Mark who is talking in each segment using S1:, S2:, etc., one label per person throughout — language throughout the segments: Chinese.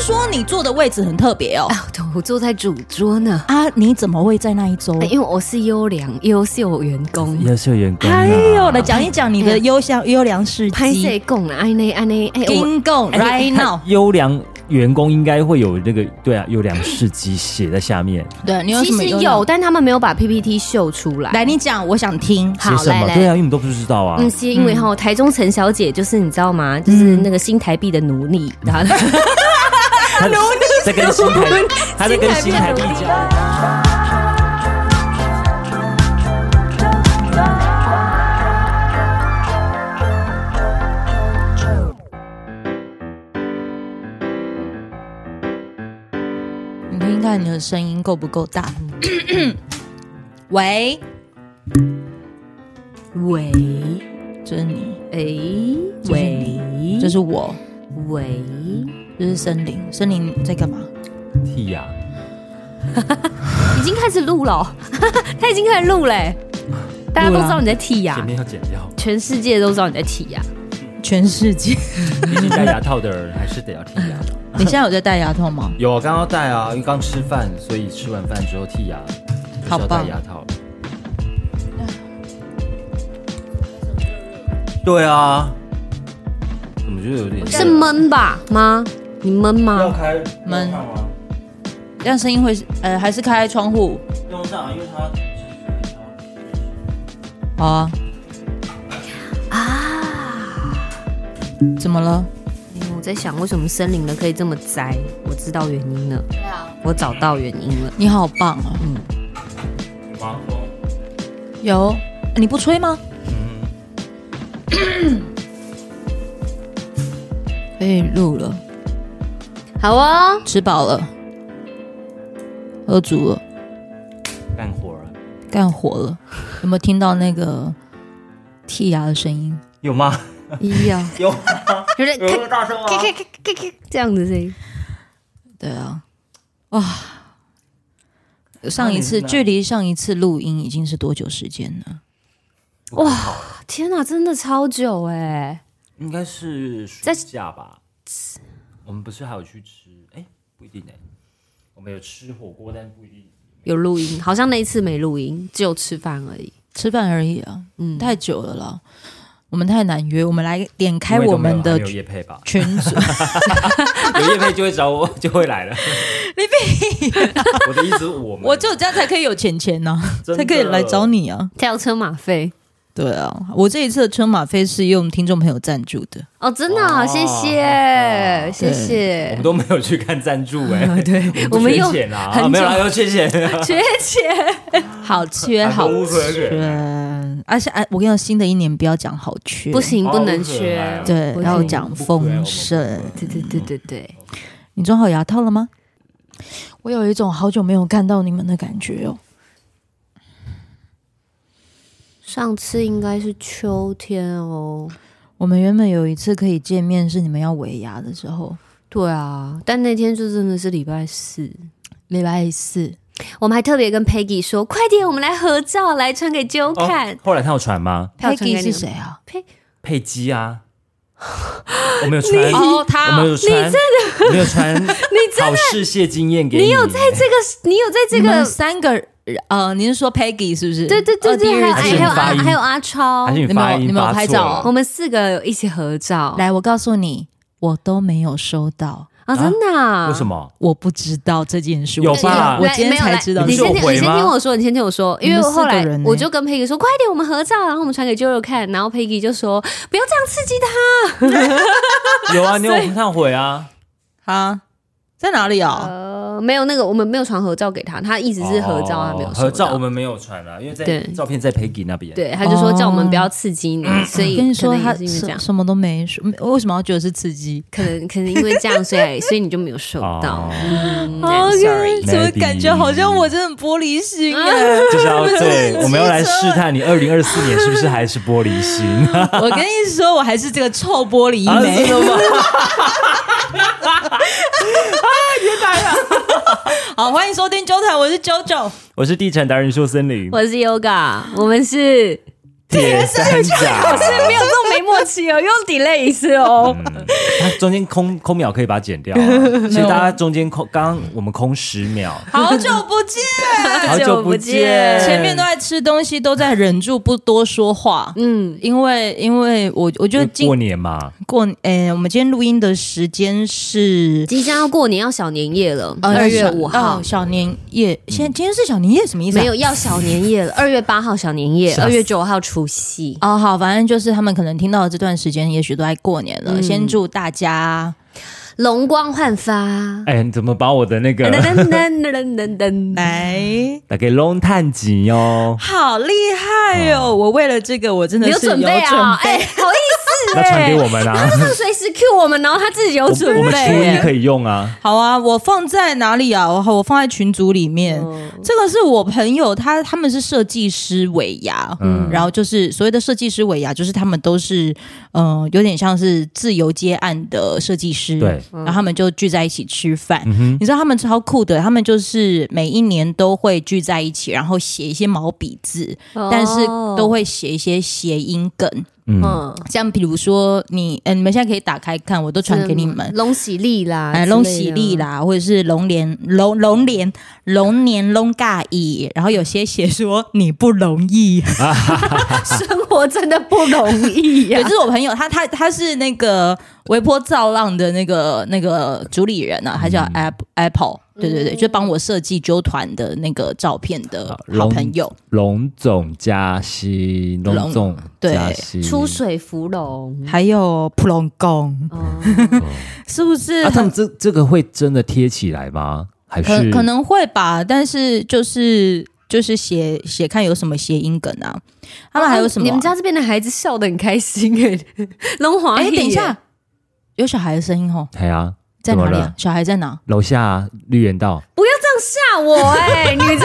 S1: 说你坐的位置很特别哦。
S2: 啊，我坐在主桌呢，
S1: 啊，你怎么会在那一周？
S2: 哎因为我是优良优秀员工。
S3: 优秀员工、啊。
S1: 还有哎来讲一讲你的优秀优良事
S2: 哎拍摄
S1: 迹。
S2: 供安内安内，哎，我
S1: Ging Gong right
S3: 他
S1: now，
S3: 优良员工应该会有那个对啊，优良事迹写在下面。
S1: 对你有
S2: 其
S1: 什么
S2: 实
S1: 优良
S2: 有，？但他们没有把 PPT 秀出来。
S1: 来，你讲，我想听。
S3: 写
S2: 好，
S3: 什
S2: 来
S3: 么？对啊，因
S2: 来。
S3: 为你们都不知道啊。
S2: 嗯，是因为哈，台中陈小姐就是你知道吗？就是那个新台币的奴隶，
S1: 嗯
S2: 然后
S3: 他在跟新台， 他在跟新台币讲。
S1: 你听看你的声音够不够大？ 喂，
S2: 喂
S1: 这是你，
S2: 哎
S1: 这是
S2: 喂
S1: 你，这是我，
S2: 喂，
S1: 这是森林。森林在干嘛？
S3: 屁呀、
S2: 已经开始录了哦， 他已经开始录嘞，大家都知道你在剔
S3: 前
S2: 牙，
S3: 面要剪 掉，
S2: 全世界都知道你在剔牙。
S1: 全世界。
S3: 毕竟戴牙套的人还是得要剃牙。
S1: 你现在有在戴牙套吗？
S3: 有啊，刚刚戴啊，因为刚吃饭，所以吃完饭之后剃牙，就
S1: 好
S3: 是要戴
S1: 棒
S3: 牙套。对啊，怎么就有点
S2: 是闷吧吗？你闷吗？
S3: 开
S1: 闷这样声音会是呃，还是开窗户？
S3: 用上，因为它
S1: 好啊。
S2: 啊
S1: 怎么了？
S2: 嗯我在想，为什么森林的可以这么栽？我知道原因了，我找到原因了。
S1: 你好棒哦！嗯，有你不吹吗？
S3: 嗯
S1: 可以录了，
S2: 好 哦，
S1: 吃饱了，喝足了，
S3: 干活啊，
S1: 干活了。有没有听到那个剔牙的声音？
S3: 有吗？
S2: 咿呀，
S3: 有，
S2: 有点
S3: 有大声吗？
S2: 这样的声音。
S1: 对啊，哇！上一次
S3: 那你那
S1: 距离上一次录音已经是多久时间呢？
S2: 天哪，真的超久哎！
S3: 应该是暑假吧。我们不是还有去吃？哎，不一定哎。我们有吃火锅，但不一定。
S2: 有录音，好像那一次没录音，只有吃饭而已。
S1: 吃饭而已啊，
S2: 嗯，
S1: 太久了啦，我们太难约。我们来点开
S3: 因为
S1: 我
S3: 都没有
S1: 们
S3: 还
S1: 的
S3: 没有叶配吧？
S1: 群组，
S3: 有叶配就会找我， 就会来了。你 我的意思，我 们
S1: 我就这样才可以有钱钱呢、
S3: 真的
S1: 才可以来找你啊。
S2: 跳车马费
S1: 对啊，我这一次的车马费是用听众朋友赞助的，
S2: 哦，真的啊、
S3: 哦
S2: 谢谢，谢
S3: 我
S2: 谢
S3: 们，都没有去看赞助哎。对
S2: 我们又
S3: 缺钱啊，
S2: 很久
S3: 啊没有啦，又缺钱。
S2: 缺钱。
S1: 好缺
S3: 还
S1: 好
S3: 不无可
S1: 缺
S3: 忍，
S1: 而且哎，我跟你讲，新的一年不要讲好缺，
S2: 不，行，
S3: 哦
S2: 不能
S3: 不可
S2: 缺
S3: 爱哦。
S1: 对，
S2: 不行
S1: 要讲丰盛。
S2: 对对对对对，
S1: 你装好牙套了吗？我有一种好久没有看到你们的感觉哦。
S2: 上次应该是秋天哦。
S1: 我们原本有一次可以见面，是你们要尾牙的时候，
S2: 对啊，但那天就真的是礼拜四，
S1: 礼拜四。
S2: 我们还特别跟 Peggy 说，快点，我们来合照，来传给 Joe
S3: 哦
S2: 看。
S3: 后来他有传吗？
S2: 他有传给
S1: Peggy
S2: 你
S1: 是
S2: 们
S1: 谁啊？
S2: 呸，
S3: 佩姬啊，我没有传。
S1: 哦，
S3: 我
S1: 他
S3: 们有传，我们有 传好事谢经验给你。你有在
S2: 这个是你有在这
S1: 这
S2: 个
S1: 个？三个呃，您是说 Peggy 是不是？
S2: 对对对对，
S1: 哦二
S2: 还
S1: 弟日记
S2: 有
S3: 还有
S2: 还
S3: 发
S2: 有
S3: 音
S2: 阿还有阿超
S3: 还，是你发音
S1: 你们有你们
S3: 发
S1: 有拍
S3: 错
S1: 照
S3: 了
S2: 我们四个有一起合照。
S1: 来，我告诉你，我都没有收到，
S2: 啊，真的啊？
S3: 为什 么？
S1: 我不不知道这件事。
S3: 有
S1: 我今天
S3: 吧
S1: 我
S2: 来
S1: 今
S2: 没
S1: 天
S2: 有
S1: 才
S2: 来
S1: 知道
S2: 你
S1: 这件
S3: 是
S2: 先
S1: 事。
S2: 听
S3: 有回
S2: 你先听
S3: 吗
S2: 我说，你先听我说，因
S1: 你
S2: 为
S1: 们
S2: 后来
S1: 四个人呢欸
S2: 我就跟 Peggy 说，快点，我们合照，然后我们传给 Jojo 看，然后 Peggy 就说不要这样刺激他。
S3: 有啊，你有忏悔啊？
S1: 啊，在哪里啊？
S2: 呃，没有那个，我们没有传合照给他，他一直是合照，他没有
S3: 哦
S2: 收到
S3: 合照，我们没有传啊，因为在
S2: 对
S3: 照片在 Peggy 那边。，
S2: 对，他就说
S1: 哦
S2: 叫我们不要刺激你，
S3: 哦
S2: 所以
S1: 我跟你说，
S2: 可能
S1: 他
S2: 也是因为这
S1: 什
S2: 样，
S1: 什么都没说，没为什么要觉得是刺激？
S2: 可能可能因为这样，所以所以你就没有收
S3: 哦
S2: 到。嗯 I'm sorry，
S1: 啊怎么
S3: Maybe
S1: 感觉好像我真的很玻璃心啊？
S3: 就是要对，我们要来
S1: 机车
S3: 试探你二零二四年是不是还是玻璃 心？
S1: 我跟你说，我还是这个臭玻璃
S3: 啊
S1: 妹。
S3: 的吗？
S1: 好，欢迎收听九台，我是九九。
S3: 我是地产达人说森林
S2: 我是 Yoga，我们是
S3: 铁三角，
S2: 没有这种眉目默契哦，又 delay 一次哦。
S3: 它嗯中间空空秒可以把它剪掉、啊，所以大家中间空，刚刚我们空十秒，
S1: 好久不 见，
S3: 好久不见，
S1: 前面都在吃东西，都在忍住不多说话。嗯，因为因为我我觉得
S3: 过年嘛，
S1: 过诶、我们今天录音的时间是
S2: 即将要过年，要小年夜了，
S1: 呃
S2: 二月
S1: 小
S2: 五号
S1: 哦。小年夜。现在今天是小年夜，什么意思、啊？
S2: 嗯没有要小年夜了，二月八号小年夜，二月九号除夕。
S1: 哦，好，反正就是他们可能听到的这段时间，也许都在过年
S2: 嗯
S1: 了。先祝大家
S2: 容光焕发。
S3: 哎、你怎么把我 的那
S2: 噔
S3: 个
S2: 噔噔噔噔噔 噔，哎
S1: 来，
S3: 打给 long 探吉哦，
S1: 好厉害哦！我为了这个，我真的
S2: 你
S1: 是
S2: 有准备
S1: 备
S2: 啊？哎，好意 思
S3: 要传
S2: 哎
S3: 给，我们啊，
S2: 他随时 Q 我们，然后他自己有
S3: 我
S2: 准
S3: 我们初一
S2: 备。
S3: 可以用啊，
S1: 好啊，我放在哪里啊？我我放在群组里面。这个是我朋友，他他们是设计师尾牙，嗯，然后就是所谓的设计师尾牙，就是他们都是嗯、呃有点像是自由接案的设计师，
S3: 对，
S1: 然后他们就聚在一起吃饭。你知道他们超酷的，他们就是每一年都会聚在一起，然后写一些毛笔字，但是都会写一些谐音梗。
S3: 嗯，
S2: 嗯，
S1: 像比如说你，呃，你们现在可以打开看，我都传给你们。
S2: 龙喜利啦，
S1: 哎，龙喜利
S2: 啦，
S1: 啦，或者是龙年龙龙年龙年龙尬椅，然后有些写说你不容 易，
S2: 生活真的不容易呀
S1: 对，这。 是我朋友，他他他是那个微波造浪的那个那个主理人啊，他叫 App Apple，对对对，就帮我设计纠团的那个照片的嗯好朋友，
S3: 龙总加息，龙
S1: 龙
S3: 总
S1: 对
S3: 加息，
S2: 出水芙蓉，
S1: 还有普龙宫，
S2: 哦
S1: 是不是
S3: 啊，他
S1: 很？
S3: 们这这个会真的贴起来吗？还
S1: 可
S3: 是
S1: 可能会吧，但是就是就是写写看有什么谐音梗啊，他们还有什么啊？
S2: 你们家这边的孩子笑得很开心 哎，龙华。
S1: 哎、等一下，，有小孩的声音吼，哦
S3: 哎呀，
S1: 在哪
S3: 怎
S1: 里、
S3: 么
S1: 啊
S3: 了？？
S1: 小孩在哪？
S3: 楼下啊绿园道，
S2: 不要这样吓我 哎！你真的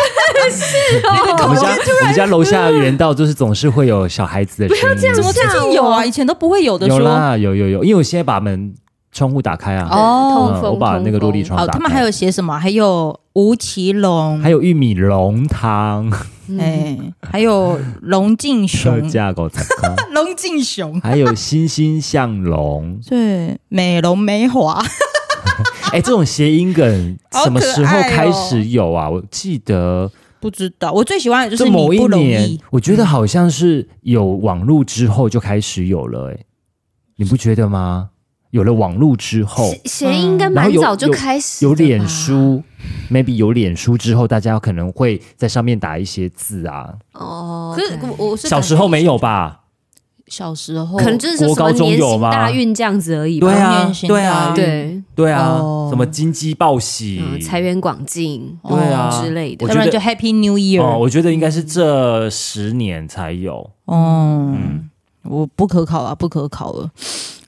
S2: 是
S3: 我们
S2: 哦，
S3: 家我们家楼下园道就是总是会有小孩子的声音，
S2: 样
S1: 怎么最近有啊？以前都不会有的
S3: 有
S1: 说。
S3: 啦，有有有，因为我现在把门窗户打开啊，
S1: 哦
S2: 通风
S3: 我把那个落地窗
S1: 好，
S3: 打开，
S1: 哦他们还有写什么？还有吴奇隆，
S3: 还有玉米浓汤，
S2: 嗯
S1: 哎、还有龙敬
S3: 特
S1: 雄，
S3: 价狗才高，
S1: 龙敬雄，
S3: 还有欣欣向 荣，
S1: 对，美容美华，
S3: 哎，这种谐音梗
S1: 好
S3: 什么时候
S1: 可爱哦
S3: 开始有啊？我记得
S1: 不知道。我最喜欢的就是
S3: 就
S1: 你
S3: 某一
S1: 不容
S3: 年
S1: 易，，
S3: 我觉得好像是有网络之后就开始有了，哎，你不觉得吗？有了网络之后，
S2: 谐音应该蛮早就开始的吧
S3: 嗯有脸，书，maybe 有脸书之后，大家可能会在上面打一些字啊。
S2: 哦
S1: 可是我我是
S3: 小时候没有吧？
S1: 小时候
S2: 可能就是什
S3: 国高
S2: 么
S3: 中
S2: 年
S3: 有
S2: 行
S3: 吗
S2: 大运这样子而已吧。
S3: 对啊
S1: 童年型的啊
S3: 对
S2: 对，
S3: 对啊，
S1: 哦
S3: 什么金鸡报喜哦
S2: 嗯，财源广进
S3: 对啊
S2: 之类的
S3: 我
S1: 要
S3: 觉
S1: 不然
S3: 得
S1: 就 Happy New Year
S3: 哦，我觉得应该是这十年才有。
S1: 哦，我不可考啊，不可考了。好
S3: 嗯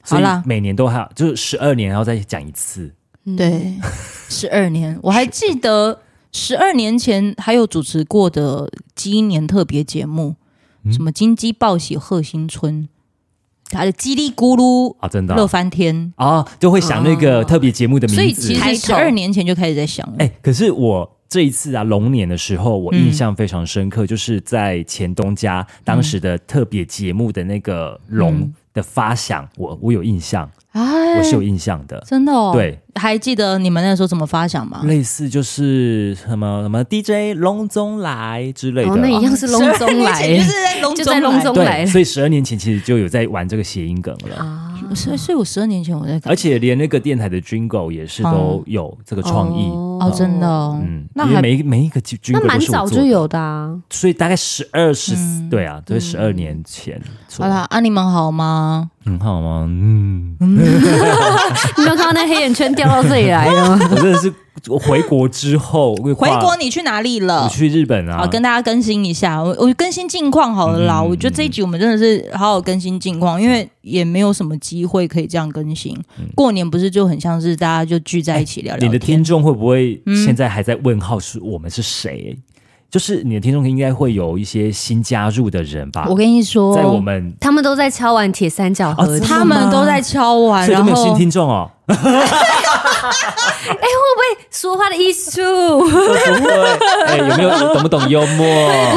S3: 所以
S1: 啦，
S3: 每年都还有就是十二年，然后再讲一次。
S2: 嗯
S1: 对，嗯十二年，我还记得十二年前还有主持过的鸡年特别节目，
S3: 嗯
S1: 什么金鸡报喜贺新春，还有叽里咕噜
S3: 啊真的啊
S1: 乐翻天，
S3: 啊，就会想那个特别节目的
S1: 所以
S3: 名字
S1: 其。实
S2: 抬头
S1: 十二年前就开始在想了。
S3: 哎，可是我这一次啊，龙年的时候，我
S1: 嗯
S3: 印象非常深刻，就是在钱东家当时的特别节目的那个龙的发想，我我有印象，
S1: 嗯哎
S3: 我是有印象的。
S1: 真的哦，
S3: 对，
S1: 还记得你们那时候怎么发想
S2: 啊
S1: 吗？
S3: 类似就是什么什么 DJ 龙宗来之类的。啊
S2: 哦，那一样 是龙中来
S1: 12年前就，是在龙
S2: 就在龙中来啊
S3: 对，所以十二年前其实就有在玩这个谐音梗了，
S1: 来，所以所以我十二年前我在搞
S3: 而且连那个电台的 Jingle 也是
S2: 哦
S3: 都有这个创意。
S1: 哦，真的哦，
S3: 嗯，
S1: 那
S3: 因为
S1: 还
S3: 每一每一个 Jingle
S2: 那蛮
S3: 都是我
S2: 早
S3: 做
S2: 就
S3: 的，
S2: 有嗯的啊。
S3: 所以大概十二十对啊，对十二年前做
S1: 好，啦，啊，你们好吗？
S3: 很好吗？嗯，
S1: 啊
S2: 你没有看到那黑眼圈掉到这里来 了吗？
S3: 我真的是我回国之后，我
S1: 回
S3: 跨
S1: 国你去哪里了
S3: 我？去日本啊
S2: 哦
S3: 嗯
S1: 好，，跟大家更新一下，我我更新近况好了啦。我觉得这一集我们真的是好好更新近况，因为也没有什么机会可以这样更新。过年不是就很像是大家就聚在一起聊聊
S3: 嗯哎
S1: 天。
S3: 你的听众会不会现在还在问号是我们是
S1: 嗯
S3: 谁？就是你的听众应该会有一些新加入的人吧
S1: 我，跟你说，
S3: 啊在我们
S2: 他们都在敲完铁三角
S3: 哦
S2: 合
S3: 真的
S2: 体，
S1: 他们都在敲完，
S3: 所以都
S1: 然
S3: 没有新
S1: 后
S3: 听众哦，
S2: 说话的艺术。
S3: 会不会？哎，有没有懂不懂幽 默？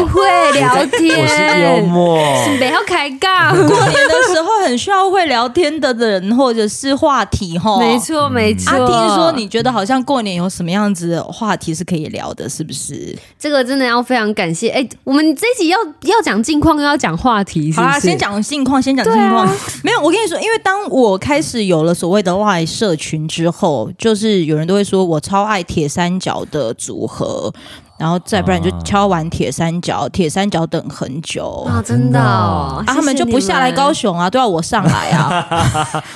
S2: 会聊天，
S3: 哦我是幽默，
S2: 不要开杠。
S1: 过年的时候很需要会聊天的人或者是话题哈。
S2: 没错，
S3: 嗯
S2: 没错。
S1: 啊，听说你觉得好像过年有什么样子的话题是可以聊的，是不是？
S2: 这个真的要非常感谢。哎，我们这一集要要讲近况，又要讲话题，
S1: 好啦，
S2: 是不是
S1: 先讲近况，先讲近况。 没有，我跟你说，因为当我开始有了所谓的 LINE 社群之后，就是有人都会说我超爱铁三角的组合，然后再不然就
S3: 啊
S1: 敲完铁三角，铁三角等很久。
S2: 啊，真的哦，
S1: 啊，他们就不下来高
S2: 雄。
S1: 雄啊，都要我上来啊！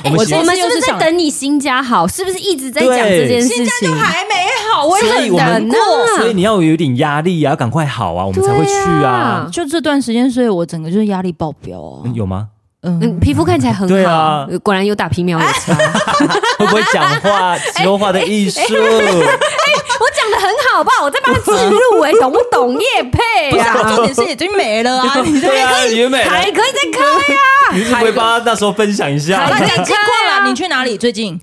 S3: 我
S1: 我
S3: 们
S1: 这
S3: 希
S2: 我
S3: 望
S2: 们是不
S1: 又是
S2: 是在
S1: 想
S2: 等你新家好？是不是一直在讲这件事情？
S1: 还没啊好，我
S3: 所以我们
S2: 难啊
S3: 所以你要有点压力啊，要赶快好啊，我们才会去啊。
S1: 就这段时间，所以我整个就是压力爆表 哦。
S3: 嗯有吗？
S2: 嗯，皮肤看起来很
S3: 对
S2: 好，
S3: 啊
S2: 呃果然有打皮秒有差。 我
S3: 会不会讲话？说话的 艺术，
S2: 讲的很好吧？我在帮他植入哎，懂不懂？叶
S1: 不
S2: 佩
S1: 是
S2: 啊，
S1: 啊，重点是已经没了 啊！你这
S3: 对
S1: 边
S3: 啊，也美了。
S2: 哎还可以再开呀。
S3: 你是不会帮他那时候分享一下？
S2: 还
S1: 那
S2: 在
S1: 讲近况啦，你去哪里最近？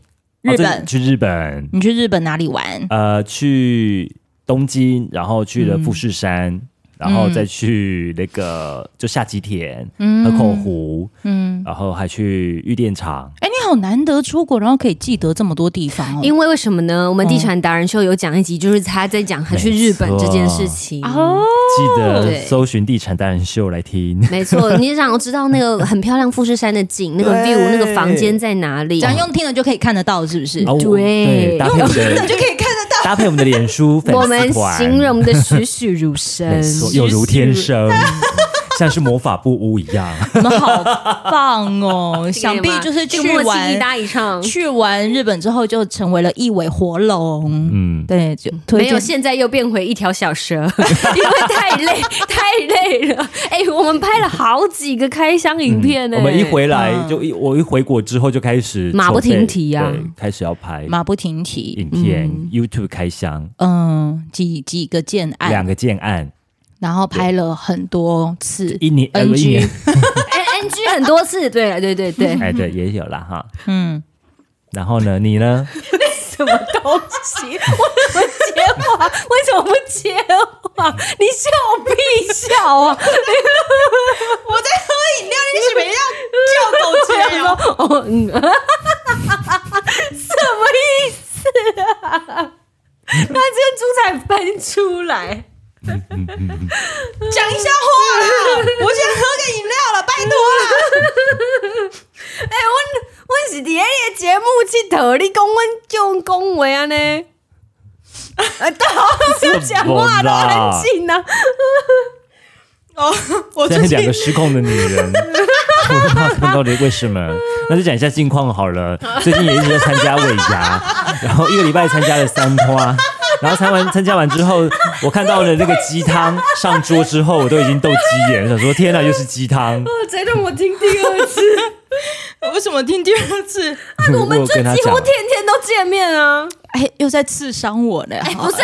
S3: 哦
S1: 日
S3: 最
S1: 本？
S3: 去日本，
S1: 你去日本哪里
S2: 啊
S1: 玩？
S3: 呃，去东京，然后去了富士山，然后再去那个就下吉田、河口湖，嗯，然后还去玉电厂。
S1: 哎、你好难得出国，然后可以记得这么多地方哦。
S2: 因为为什么呢？我们地产达人秀有讲一集，就是他在讲他去日本这件事情。
S1: 哦，
S3: 记得
S2: 对
S3: 搜寻地产达人秀来听。
S2: 没错，你想要知道那个很漂亮富士山的景，那个 view，那个房间在哪里？
S1: 讲用听了就可以看得到，是不是？
S2: 啊
S3: 哦对，
S2: 对
S3: 搭配我们的
S1: 就可以看得到。
S3: 搭配我们的脸书粉
S2: 我
S3: 丝
S2: 们
S3: 团，
S2: 形容的栩栩如生
S3: 没，错，有如天生，像是魔法布屋一样。
S1: 你们好棒 哦！想必就是
S2: 这
S1: 去
S2: 个默契一
S1: 完
S2: 搭一唱，
S1: 去完日本之后，就成为了一尾活龙。
S3: 嗯，
S1: 对，就推
S2: 没有，
S1: 荐
S2: 现在又变回一条小蛇，因 为太累， 太累了。哎、我们拍了好几个开箱影片哎呢、
S3: 我们一回来
S1: 嗯
S3: 就一我一回国之后就开始
S2: 马不
S3: 筹备
S2: 停蹄啊
S3: 对开始要拍
S1: 马不停蹄。
S2: 嗯
S3: 影片、YouTube 开箱，
S1: 嗯，几几个建
S3: 两
S1: 案，
S3: 个建案，
S1: 然后拍了很多次。
S3: 一年呃
S1: NG
S3: 一年，
S2: 哎、NG 很多次，对了对对对，
S3: 哎，对，也有啦哈。
S1: 嗯，
S3: 然后呢，你呢？
S2: 什么东西？为什么接话？为什么不接话？你笑屁笑啊！
S1: 我在喝饮料，你怎么要叫狗
S2: 说哦，嗯，什么意思啊？那这个猪才分出来。
S1: 讲一下话啦！我想喝个饮料了，拜托啦！
S2: 哎、阮阮是伫迄个节目去投，你讲阮叫阮讲话安尼。啊，对，就讲话都 很近呐、啊。
S1: 哦，我
S3: 真
S1: 最
S3: 是两个
S1: 近
S3: 失控的 女人，我不知道他们到底为什么。那就讲一下近况好了。最近也一直在参加尾 牙，然后一个礼拜参加了三花，然后参完参加完之后，我看到了那个鸡汤上桌之后，我都已经斗鸡眼，想说天哪，又是 鸡汤。
S2: 再让哦我听第二 次，啊
S1: 为什么听第二次？
S2: 我们
S3: 有
S2: 就
S3: 跟他
S2: 几
S3: 讲
S2: 乎，天天都见面啊。
S1: 哎，又在刺伤我呢！哎，
S2: 不是，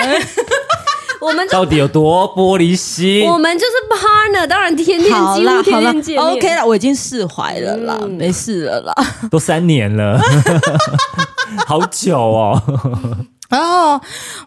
S2: 我们就
S3: 到底有多玻璃心？
S2: 我们就是 partner，当然天天
S1: 好
S2: 几
S1: 啦
S2: 乎
S1: 好
S2: 天
S1: 啦
S2: 天见面。
S1: ，OK 啦，我已经释怀了啦，
S2: 嗯
S1: 没事了啦。
S3: 都三 年了，好久哦。
S1: 哦，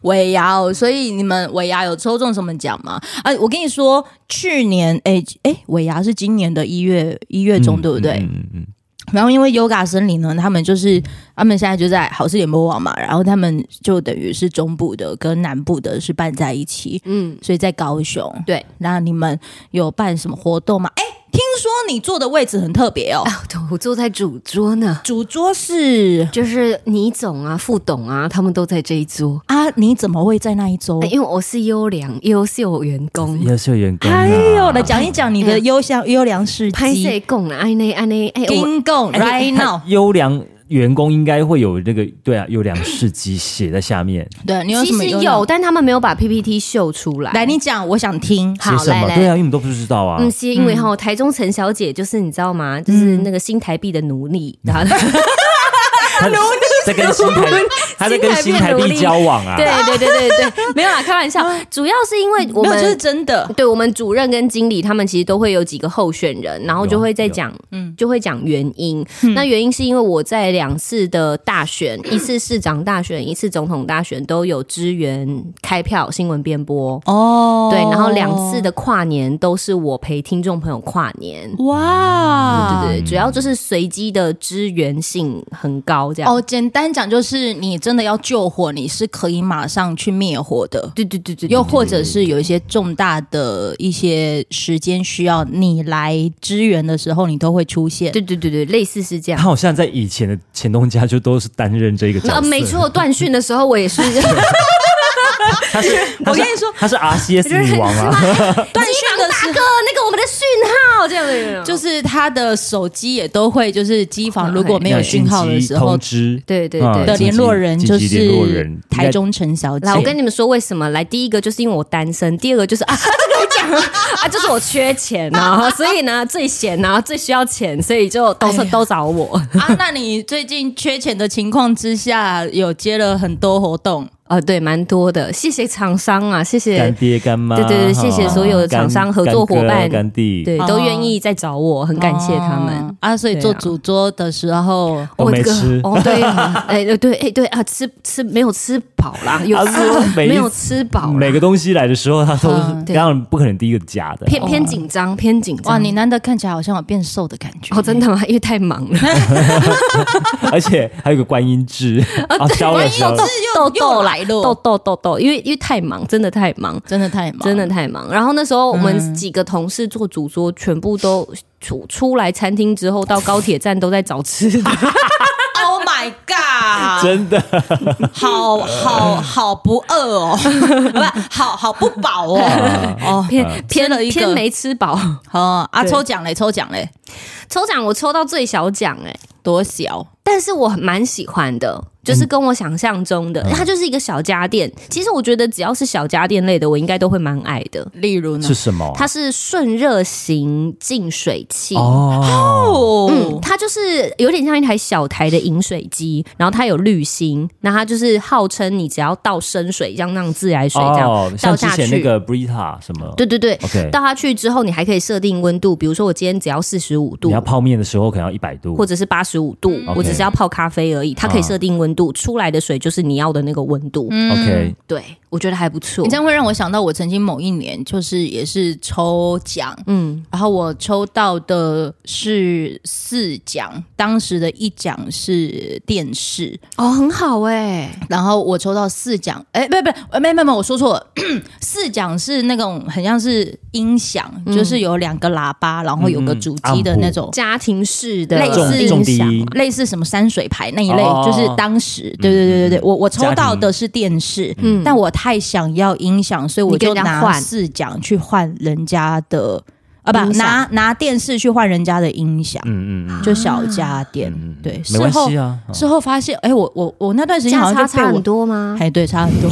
S1: 尾牙哦，所以你们尾牙有抽中什么奖吗？哎，我跟你说，去年哎哎，尾牙是今年的一月一月中，对不对？
S3: 嗯嗯嗯。
S1: 然后因为 Yoga 森林呢，他们就是他们现在就在好事联播网嘛，然后他们就等于是中部的跟南部的是办在一起，
S2: 嗯，
S1: 所以在高雄。
S2: 对，
S1: 那你们有办什么活动吗？哎，听说你坐的位置很特 别哦，
S2: 啊我坐在主桌呢，
S1: 主桌是
S2: 就是倪总啊、副董啊，他们都在这一
S3: 哦
S2: 桌。
S1: 啊，你怎么会在那一周
S2: 哎？因为我是优良优秀员工，
S3: 优秀员工、啊，
S1: 哎呦，来讲一讲你的优秀优良事
S2: 哎拍摄
S1: 迹。
S2: 讲啦，安尼安尼，哎、我
S1: Ging Gong right now，
S3: 优良员工应该会有那个对啊，优良事迹写在下面，
S1: 对你有
S2: 其
S1: 什么
S2: 实
S1: 优良
S2: 有，？但他们没有把 PPT 秀出来。
S1: 来，你讲，我想听。
S3: 写
S2: 好
S3: 什
S2: 来
S3: 么？
S2: 来，
S3: 对啊，因为你们都不知道啊。
S2: 嗯，是因为哈，台中陈小姐就是你知道吗？就是那个新台币的奴隶，然后
S3: 他奴隶在跟新台，他在跟新台币交往啊。
S2: 对对对对对，没有啦，开玩笑，主要是因为我
S1: 啊没有，这是
S2: 们。
S1: 真的。
S2: 对我们主任跟经理，他们其实都会有几个候选人，然后就会在讲，嗯
S1: 嗯，
S2: 就会讲原因。那原因是因为我在两次的大选，
S1: 嗯
S2: 一次市长大选，一次总统大选，都有支援开票新闻编播。
S1: 哦
S2: 对，然后两次的跨年都是我陪听众朋友跨年。
S1: 哇，
S2: 对，主要就是随机的支援性很高，这样。
S1: 哦，简单讲就是，你真的要救火，你是可以马上去灭火的。
S2: 对对对对，
S1: 又或者是有一些重大的一些时间需要你来支援的时候，你都会出现。
S2: 对对对对，类似是这
S3: 他
S2: 样。
S3: 好像在以前的前东家就都是担任这个角
S2: 啊，
S3: 色，
S2: 没错，断讯的时候我 也是，就是
S3: 他是我跟你说，他是 RCS 女王啊，
S1: 断讯的时
S2: 大
S1: 候
S2: 哥，那个我们的讯号这样的，有没有
S1: 就是他的手机也都会，就是机房如果
S2: 哎
S1: 没有
S3: 对
S1: 讯号的时
S3: 紧急
S1: 候
S3: 通知
S2: 对对
S3: 啊
S1: 的
S2: 对。
S1: 联络人
S3: 紧
S1: 就
S3: 急紧急联络人
S1: 是台中陈小姐
S2: 来，。 我跟你们说为什么？来，第一个就是因为我单身，第二个就是啊，这个讲了啊，就是我缺钱啊，所以呢最闲啊，最需要钱，所以就都是
S1: 哎呀
S2: 都找我
S1: 啊，那你最近缺钱的情况之下，有接了很多活动，
S2: 啊，对，蛮多的，谢谢厂商啊，谢
S3: 干
S2: 谢，
S3: 爹干妈，
S2: 对对对
S3: 哈
S2: 谢谢所有的厂商
S3: 干
S2: 合作伙伴
S3: 干哥干弟，
S2: 对，
S1: 哦
S2: 都愿意再找我，很感谢他们
S1: 哦。啊。所以
S2: 对啊
S1: 做主桌的时候，
S3: 我
S2: 哦
S3: 没
S2: 这个
S3: 吃
S2: 哦， 对啊，哎，对对，哎，对啊，吃吃没有吃饱 啦，有
S3: 他说
S2: 吃
S3: 每一
S2: 没有吃饱啦，
S3: 每个东西来的时候，他都
S1: 嗯
S2: 哦对
S3: 当然不可能第一个夹的，
S2: 偏偏紧张，偏紧张。
S1: 哇，你难得看起来好像有变瘦的感觉
S2: 哦，真的 吗？因为太忙了，
S3: 而且还有个观音痣，
S2: 哦
S3: 啊，消了消了，
S2: 豆
S1: 又
S2: 豆
S1: 又来了
S2: 豆豆豆豆，因为因为太忙，真的太忙，嗯
S1: 真的太忙，
S2: 真的太忙。然后那时候我们几个同事做主桌，全部都出出来餐厅之后，到高铁站都在找吃 的。
S1: Oh my god！
S3: 真的
S1: 好 好好不饿 哦，不，好好不饱哦。
S3: 啊
S1: 哦，
S2: 偏
S3: 嗯
S2: 偏
S1: 吃了一个
S2: 偏没吃饱。
S1: 哦啊，
S2: 对
S1: 抽奖嘞，抽奖嘞，
S2: 抽奖我抽到最小奖哎、
S1: 多小
S2: 但是我蛮喜欢的，
S3: 嗯
S2: 就是跟我想象中的，它就是一个小家电。其实我觉得只要是小家电类的，我应该都会蛮爱的。
S1: 例如呢
S3: 是？什么啊？
S2: 它是顺热型净水器。
S3: 哦，
S2: 嗯，
S1: 哦，
S2: 它就是有点像一台小台的饮水机，然后它有滤芯，那它就是号称你只要倒生水，像那种自来水这样、
S3: 哦，
S2: 倒
S3: 像之
S2: 下去。
S3: 前那个 Brita 什么，
S2: 对对对
S3: OK
S2: 倒下去之后，你还可以设定温度，比如说我今天只要四十五度
S3: 你要，泡面的时候可能要一百度，
S2: 或者是八十五度，
S3: OK
S2: 我只是要泡咖啡而已，它可以设定温度，出来的水就是你要的那个温度。
S3: OK，
S2: 对，我觉得还不错。
S1: 你这样会让我想到我曾经某一年就是也是抽奖，
S2: 嗯，
S1: 然后我抽到的是四奖，当时的一奖是电视，
S2: 哦，很好哎、
S1: 然后我抽到四奖，哎，不不，呃没没没，我说错了，四奖是那种很像是音响，就是有两个喇叭，然后有个主机的那种。
S2: 家庭式的
S1: 类
S3: 重
S1: 似
S3: 重
S2: 音
S3: 低
S2: 响
S3: 音
S1: 类似什么山水牌那一类，
S3: 哦嗯
S1: 就是当时，对对对对对，我我抽
S3: 家庭
S1: 到的是电视，
S2: 嗯
S1: 但我太想要音响，所以我
S2: 你跟
S1: 就
S2: 人家
S1: 拿
S2: 换
S1: 四奖去换人家的，啊不
S2: 音，响
S1: 拿拿电视去换人家的音响，
S3: 嗯嗯嗯
S1: 就小家电
S3: 嗯，嗯，
S1: 对，
S3: 没
S1: 事
S3: 关
S1: 后
S3: 系啊，
S1: 事后发现，哎，我我我那段时间
S2: 价
S1: 好像
S2: 差
S1: 就被
S2: 差很
S1: 我，
S2: 多吗？
S1: 哎，对，差很多，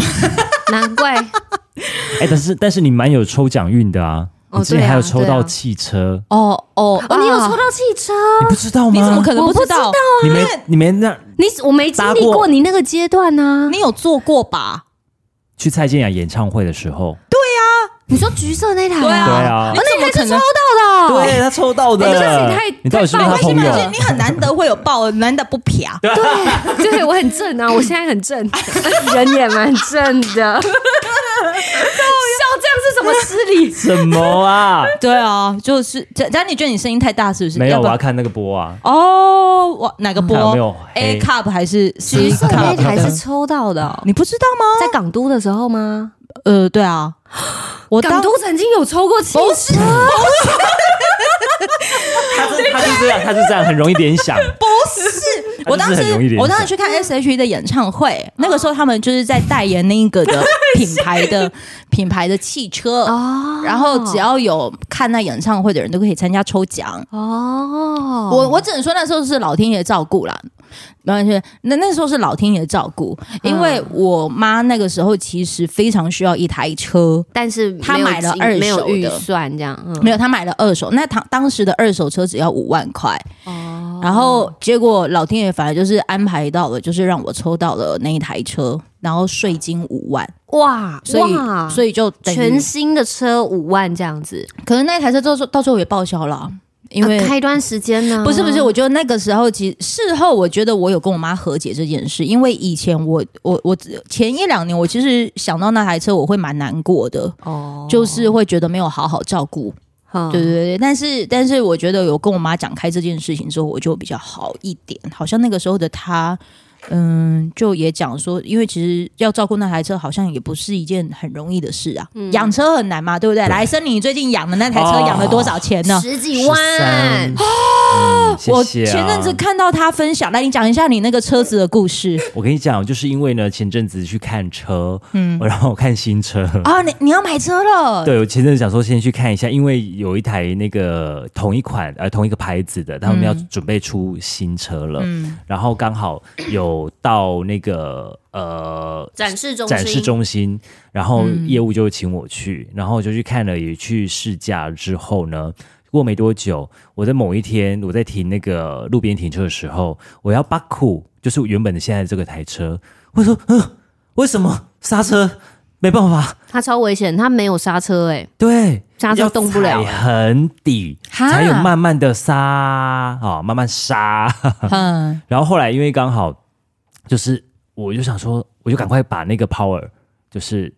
S2: 难怪
S3: 哎，但是但是你蛮有抽奖运的啊，
S2: 哦
S3: 你之前
S2: 对啊
S3: 还有抽
S2: 对啊
S3: 到汽车，
S1: 哦哦
S2: 哦，你有抽
S1: 啊
S2: 到汽车？
S3: 你不知道吗？
S1: 你怎么可能
S2: 我不
S1: 知道？
S3: 你没你没那
S2: 你我没经
S3: 搭
S2: 历
S3: 过
S2: 过你那个阶段啊呢、
S1: 你有做过吧？
S3: 去蔡健雅演唱会的时候，
S2: 你说橘色那台、
S1: 对啊
S3: 对啊
S1: 你，怎么可能？
S2: 到的哦、
S3: 对他啊抽到的
S2: 哎这是你太，
S3: 你到底是不
S1: 没
S3: 是他
S1: 关系
S3: 朋
S1: 没关系
S3: 友？
S1: 你很难得会有爆，难得不撇。
S2: 对，对我很正啊，我现在很正，人也蛮正 的。笑这样是什么失礼？
S3: 什么啊？
S1: 对啊，就是但但你觉得你声音太大是不是？
S3: 没
S1: 要
S3: 有，
S1: 不
S3: 我要
S1: 然
S3: 看那个波啊，
S1: 哦，我哪个
S3: 看有
S1: 波？
S3: 没有哎黑
S1: A cup 还是 C
S2: 橘色那
S1: cup？
S2: 台是 抽到的哦、
S1: 你不知道吗？
S2: 在港都的时候吗？
S1: 呃，对啊，我当
S2: 港都曾经有抽过汽车，
S3: 他是他是这样，他是这样，很容易联想。
S1: 是我当
S3: 他就是很容易
S1: 时
S3: 联想
S1: 我当时去看 S H E 的演唱会，那个时候他们就是在代言那个的品牌 的品牌的汽车
S2: 哦
S1: 然后只要有看那演唱会的人都可以参加抽奖。
S2: 哦，
S1: 我我只能说那时候是老天爷照顾啦，没关系。那那时候是老天爷照顾，因
S2: 嗯
S1: 为我妈那个时候其实非常需要一台车，
S2: 但是
S1: 他
S2: 没有
S1: 买了
S2: 金
S1: 二
S2: 没有
S1: 手
S2: 预
S1: 的
S2: 算这样，嗯
S1: 没有她买了二手，那她当时的二手车只要五万块，
S2: 哦
S1: 然后结果老天爷反而就是安排到了，就是让我抽到了那一台车，然后税金五万，
S2: 哇，
S1: 所以
S2: 哇
S1: 所以就等于
S2: 全新的车五万这样子，
S1: 可能那台车到时候到时候也报销了啊，因为、
S2: 啊开一段时间呢，
S1: 不是不是，我觉得那个时候其实事后，我觉得我有跟我妈和解这件事，因为以前我我我前一两年，我其实想到那台车，我会蛮难过的，
S2: 哦，嗯
S1: 就是会觉得没有好好照顾，
S2: 好
S1: 对对对。但是但是，我觉得有跟我妈讲开这件事情之后，我就比较好一点。好像那个时候的她，嗯，就也讲说，因为其实要照顾那台车，好像也不是一件很容易的事啊。养车很难嘛，对不对？来，森林，你最近养的那台车
S3: 哦
S1: 养了多少钱呢？
S2: 十几
S3: 13
S2: 万，
S3: 嗯谢
S1: 我
S3: 谢啊
S1: 前阵子看到他分享，来你讲一下你那个车子的故 事
S3: 我跟你讲，就是因为呢，前阵子去看车，嗯，然后我看新车。
S1: 啊！你你要买车了，
S3: 对，我前阵子想说先去看一下，因为有一台那个同一款呃同一个牌子的，他们要准备出新车了，
S1: 嗯
S3: 然后刚好有到那个呃
S2: 展示中心
S3: 展示中心，然后
S2: 嗯
S3: 业务就请我去，然后我就去看了，也去试驾之后呢。过没多久，我在某一天，我在停那个路边停车的时候，我要巴库，就是原本的现在这个台车，我说，嗯、为什么刹车没办法？
S2: 它超危险，它没有刹车哎，
S3: 对，
S2: 刹车
S3: 要
S2: 动不了
S3: 踩很底
S1: 哈
S3: 才有慢慢的刹啊、慢慢刹。
S1: 嗯，
S3: 然后后来因为刚好就是，我就想说，我就赶快把那个 power 就是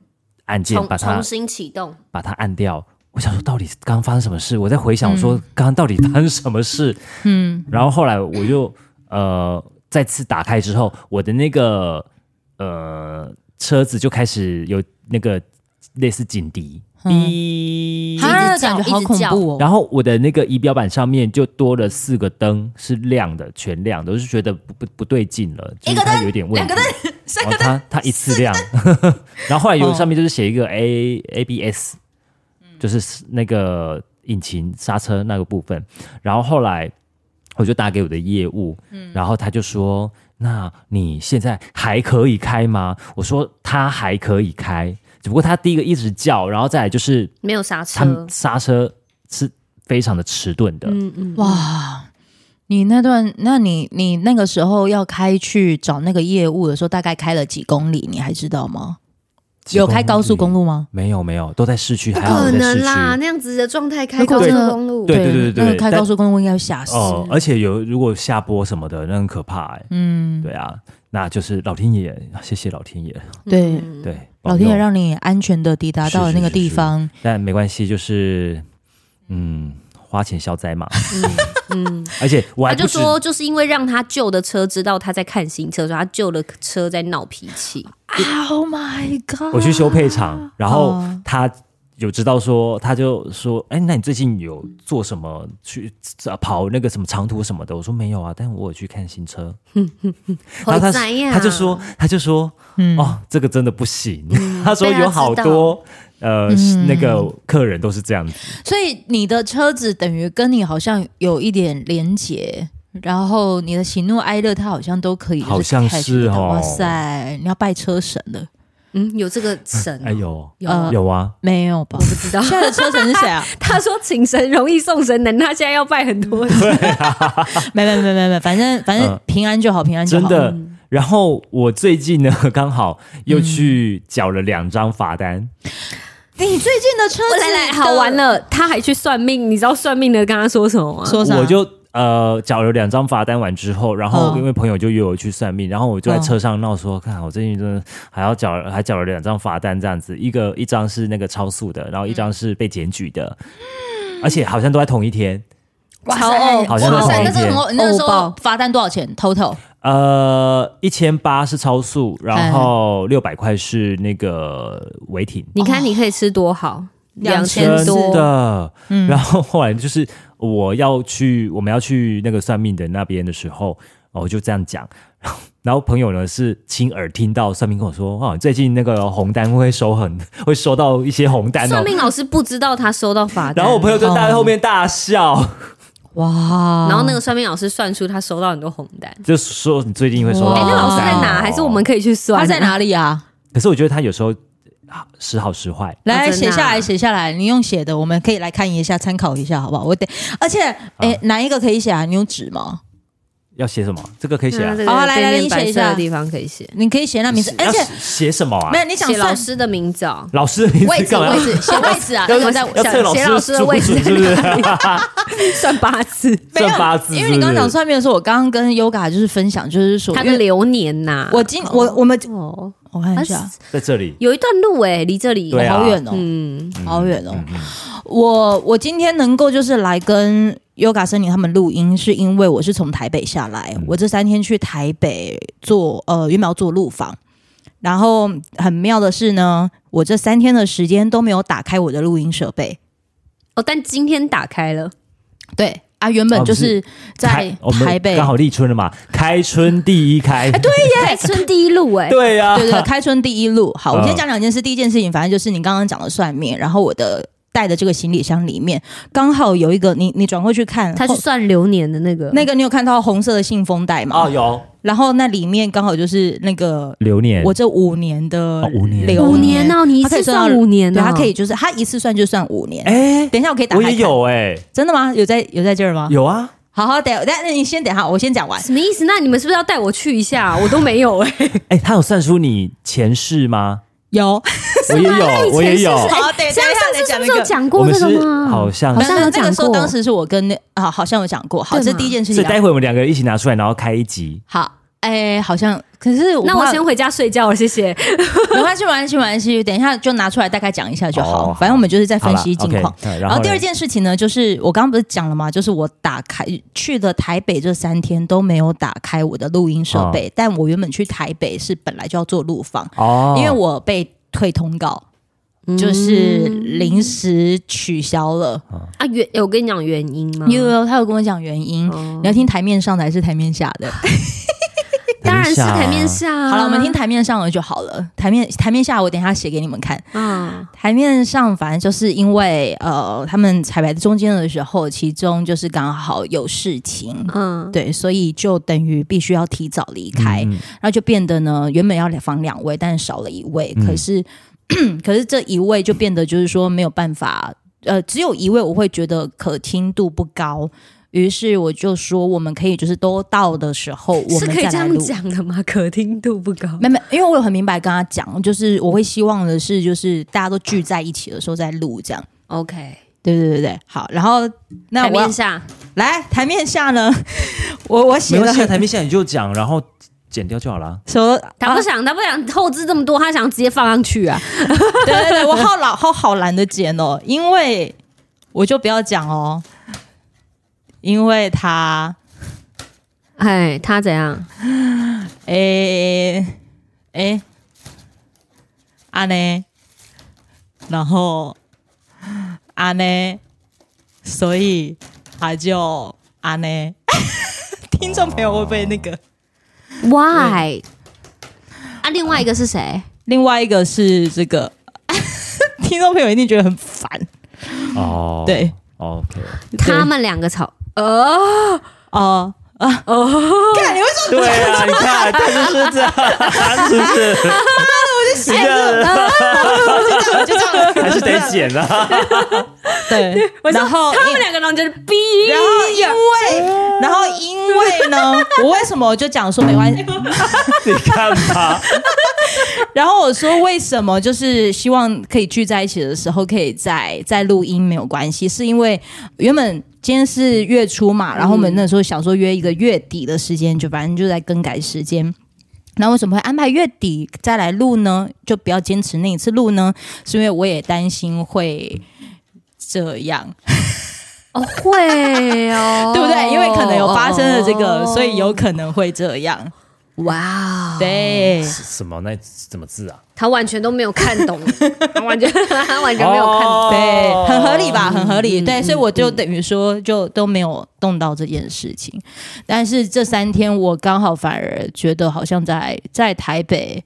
S3: 按键
S2: 重
S3: 把它
S2: 重新启动，
S3: 把它按掉。我想说，到底刚刚发生什么事？我在回想，我说刚刚到底发生什么事？嗯，然后后来我就呃再次打开之后，我的那个呃车子就开始有那个类似警笛，滴
S1: 他的
S2: 叫
S1: 啊感觉好恐怖哦。
S3: 然后我的那个仪表板上面就多了四个灯，是亮的，全亮的，我就觉得不不不对劲了，就是它有点问题。
S1: 三哦
S3: 然后它它一次亮， 然后后来有上面就是写一个 A A B S，就是那个引擎刹车那个部分。然后后来我就打给我的业务，
S1: 嗯
S3: 然后他就说：“那你现在还可以开吗？”我说：“他还可以开，只不过他第一个一直叫，然后再来就是
S2: 没有刹
S3: 他
S2: 车
S1: 嗯
S3: 们，刹车是非常的迟钝的。
S2: 嗯嗯，
S1: 哇！你那段，那你你那个时候要开去找那个业务的时候，大概开了几公里，你还知道吗？
S3: 几
S1: 有
S3: 公
S1: 开高速
S3: 里
S1: 公路吗？
S3: 没有没有，都在市区，
S2: 不
S3: 还好我
S2: 可
S3: 在市
S2: 能
S3: 区。
S2: 啦，那样子的状态开
S1: 如
S2: 高
S1: 果
S2: 速
S1: 真的
S2: 公路，
S3: 对对
S1: 那个开
S3: 但
S1: 高速公路应该要吓死。
S3: 哦，而且有如果下坡什么的，那很可怕哎、
S1: 嗯，
S3: 对啊，那就是老天爷，谢谢老天爷，
S1: 对，
S2: 嗯
S3: 对，
S1: 老天爷
S3: 保佑，
S1: 让你安全的抵达到了那个地方。
S3: 但没关系，就是嗯，花钱消灾嘛。
S2: 嗯，
S3: 而且我
S2: 他
S3: 还不
S2: 就
S3: 止
S2: 说，就是因为让他旧的车知道他在看新车，所以他旧的车在闹脾气。
S1: Oh my god！
S3: 我去修配
S2: 啊
S3: 厂，然后
S1: 哦
S3: 他有知道说，他就说：“哎、那你最近有做什么去呃跑那个什么长途什么的？”我说：“没有啊，但我有去看新车。” 然后他
S2: 好啊宅呀
S3: 他就说：“他就说，哦，这个真的不行。 他说：“
S2: 嗯被他
S3: 有好
S2: 知道嗯
S3: 多呃、那个客人都是这样子。
S1: 所以你的车子等于跟你好像有一点连结，然后你的喜怒哀乐，它好像都可以，
S3: 好像是哦
S1: 哇塞，你要拜车神了？
S2: 嗯，有这个神哦、
S3: 哎呦，
S2: 有啊、
S3: 有啊，
S1: 没有吧
S2: 我？不知道。
S1: 现在的车神是谁啊？
S2: 他说请神容易送神难，他现在要拜很多 神。
S1: 没没没没没，反正反正
S3: 嗯
S1: 平安就好，平安就
S3: 真
S1: 好。
S3: 的。
S2: 嗯
S3: 然后我最近呢， 刚好又去缴了两张罚单。
S1: 你最近的车子
S2: 来来，好玩了，他还去算命，你知道算命的跟他说什么吗？
S1: 说啥？
S3: 我就呃缴了两张罚单完之后，然后
S1: 嗯
S3: 因为朋友就约我去算命，然后我就在车上闹说，看我最近真的还要缴，还缴了两张罚单这样子，一个一张是那个超速的，然后一张是被检举的，而且好像都在同一天，
S1: 哇
S2: 超欧
S3: 好像
S1: 哇
S3: 是
S1: 塞
S3: 同一
S1: 那这
S3: 天
S1: 种你那个时候
S2: 欧爆
S1: 罚单多少钱？total
S3: 呃，一千八是超速，然后六百块是那个违停。
S2: 你看你可以吃多好，两
S1: 两
S2: 千
S1: 千
S3: 真
S2: 多。
S3: 哦的，然后后来就是我要去，我们要去那个算命的那边的时候，哦我就这样讲， 然后朋友呢是亲耳听到算命跟我说，哦，最近那个红单会收很，会收到一些红单哦
S2: 算，命老师不知道他收到罚单，
S3: 然后我朋友就在后面大笑，
S1: 哇！
S2: 然后那个算命老师算出他收到很多红单。
S3: 就说你最近会收到
S1: 哇
S2: 哎、
S3: 红
S2: 那
S3: 单哦。
S2: 老师在哪？还是我们可以去算？哦
S1: 他在？哪里啊？
S3: 可是我觉得他有时候啊时好时坏，
S1: 来
S2: 真的
S1: 写
S2: 啊
S1: 下来，写下来，你用写的，我们可以来看一下，参考一下，好不好？我得，而且，哎、哪一个可以写啊？你有纸吗？
S3: 要写什么？这个可以写啊
S2: 那这。
S1: 好
S2: 个
S1: 来
S2: 嗯对
S1: 来
S2: 面
S1: 你写
S2: 白
S1: 一
S2: 色
S1: 下
S2: 的地方可以写，
S1: 你可以写那名字，而
S3: 要
S1: 且
S3: 写什么啊
S1: 没？有你想
S2: 写老
S1: 算
S2: 师的名字哦，
S3: 老师的名
S4: 位
S3: 字
S4: 置
S3: 干嘛？
S4: 位置写位置啊，
S3: 要
S4: 有在
S3: 要测
S4: 想
S2: 写
S3: 师
S2: 老
S3: 老
S2: 师的位置
S3: 是不是？
S2: 算八字，
S1: 没有
S3: 算八字是不是，
S1: 因为你刚刚讲算命的时候，我刚刚跟 Yoga 就是分享，就是说，
S2: 他
S1: 因
S2: 的
S1: 为
S2: 流年呐，
S1: 我今我我们
S2: 哦，
S1: 我看一
S2: 他
S1: 下，
S3: 在这里，
S2: 有一段路哎，离这里
S3: 对啊
S1: 好远哦，
S2: 嗯，
S1: 好远哦。我我今天能够就是来跟 Yoga 森林他们录音，是因为我是从台北下来，
S3: 嗯
S1: 我这三天去台北做呃原本要做录访，然后很妙的是呢，我这三天的时间都没有打开我的录音设备，
S2: 哦，但今天打开了，
S1: 对啊，原本
S3: 哦
S1: 就
S3: 不是
S1: 是在
S3: 开我们
S1: 台北，哎
S3: 刚好立春了嘛，开春第一开，对
S2: 开春第一路哎，
S3: 对呀，
S1: 对 对，开春第一路。好，我
S3: 嗯
S1: 先讲两件事。第一件事情，反正就是你刚刚讲的算命，然后我的带的这个行李箱里面刚好有一个，你你转过去看，
S2: 他
S1: 后
S2: 去算流年的那个，
S1: 那个你有看到红色的信封袋吗？
S3: 哦，有
S1: 然后那里面刚好就是那个
S3: 流年，
S1: 我这五年的
S3: 哦五年
S1: 流
S2: 五年哦，你一
S1: 它可以
S2: 次
S1: 算
S2: 算
S1: 到
S2: 五年
S1: 对，
S2: 哦，
S1: 它可以就是它一次算就算五年。
S3: 哎，
S1: 等一下我可以打
S3: 我
S1: 开看，
S3: 也有哎，
S1: 真的吗？有在有在这儿吗？
S3: 有啊，
S1: 好好等，等那你先等一下，我先讲完。
S2: 什么意思？那你们是不是要带我去一下？我都没有哎，
S3: 哎，他有算出你前世吗？
S1: 有，
S3: 我也
S2: 那
S3: 有，
S2: 你
S3: 我也
S2: 前世
S3: 有，
S2: 是
S1: 好，等一下
S2: 上
S1: 等一
S2: 次
S1: 下再讲
S2: 是不是有
S1: 那个。
S2: 讲
S3: 我
S2: 过
S3: 们
S2: 这
S3: 是
S2: 个吗？
S3: 好像
S2: 好。像有
S1: 那个
S2: 讲
S1: 时候，
S2: 过，
S1: 当时是我跟那啊，好像有讲过。好，
S2: 对
S1: 这
S2: 嘛
S1: 第一件事情。啊
S3: 所以待会我们两个一起拿出来，然后开一集。
S1: 好，哎、好像可是我
S2: 那我
S1: 怕
S2: 先回家睡觉了，谢谢。
S1: 没关系，没关系，没关系，等一下就拿出来大概讲一下就
S3: 哦
S1: 好。
S3: 好
S1: 反正我们就是在
S3: 好
S1: 分
S3: 啦
S1: 析近
S3: OK，
S1: 况。
S3: 嗯
S1: 然
S3: 后
S1: 后第二
S3: 嘞，
S1: 件事情呢，就是我刚刚不是讲了吗？就是我打开去了台北这三天都没有打开我的录音设备，但我原本去台北是本来就要做录访，
S3: 哦，
S1: 因为我被退通告，
S2: 嗯
S1: 就是临时取消了。
S2: 啊，原我跟你讲原因
S3: 嗯
S2: 吗？
S1: 因为他有跟我讲原因，你要听台面上的还是台面下的？
S2: 当然是
S3: 等一下啊
S2: 台面下啊。
S1: 好了，我们听台面上的就好了。台面台面下，我等一下写给你们看。
S2: 啊，
S1: 台面上，反正就是因为呃，他们彩排中间的时候，其中就是刚好有事情，
S2: 嗯，
S1: 对，所以就等于必须要提早离开，
S3: 嗯
S1: 然后就变得呢，原本要访两位，但是少了一位，
S3: 嗯
S1: 可是、 可是这一位就变得就是说没有办法，呃，只有一位我会觉得可听度不高。于是我就说，我们可以就是都到的时候，我
S2: 是
S1: 们
S2: 可以
S1: 再
S2: 这
S1: 来
S2: 样
S1: 录。
S2: 讲的吗？可听度不高。
S1: 没没，因为我有很明白跟他讲，就是我会希望的是，就是大家都聚在一起的时候再录这样。
S2: OK，
S1: 对对对对，好。然后那
S2: 台
S1: 我要
S2: 面下
S1: 来台面下呢， 我我
S3: 没
S1: 写了
S3: 关系啊，台
S1: 很
S3: 面下你就讲，然后剪掉就好了。
S1: 什么？
S2: 他不
S1: 啊
S2: 想，他不想后置这么多，他想直接放上去啊。
S1: 对对对，我好老好好懒得剪哦，因为我就不要讲哦，因为他
S2: 哎，他怎样？
S1: 诶诶啊呢，然后啊呢，所以他就啊呢。 听众朋友会不会那个？嗯
S2: Why？啊，另外一个是谁？
S1: 另外一个是这个， 听众朋友一定觉得很烦。
S3: 哦，
S1: 对，
S3: ，OK，
S2: 他们两个吵。哦，
S1: 哦、
S2: 看你为什
S3: 对啊，你看，他就是这样，是不是？ 是这样，
S1: 就这样，
S3: 还是得剪 啊。
S1: 对，然后
S2: 他
S1: 因
S2: 们两个人就是逼。
S1: 然后因为，然后因为呢， 我为什么我就讲说没关系？
S3: 你看吧，
S1: 然后我说为什么就是希望可以聚在一起的时候可以再再录音没有关系，是因为原本今天是月初
S2: 嗯
S1: 嘛，然后我们那时候想说约一个月底的时间，就反正就在更改时间。那为什么会安排月底再来录呢？就不要坚持那一次录呢？是因为我也担心会这样，
S2: 哦，会哦，
S1: 对不对？因为可能有发生了这个，
S2: 哦
S1: 所以有可能会这样。
S2: 哇哦，
S1: 对，
S3: 什么？那怎么字啊？
S2: 他完全都没有看 懂，他完全 他完全没有看懂。
S1: 对，很合理吧？很合
S2: 嗯
S1: 理。对，所以我就等于说，就都没有动到这件事情。但是这三天，我刚好反而觉得好像在在台北，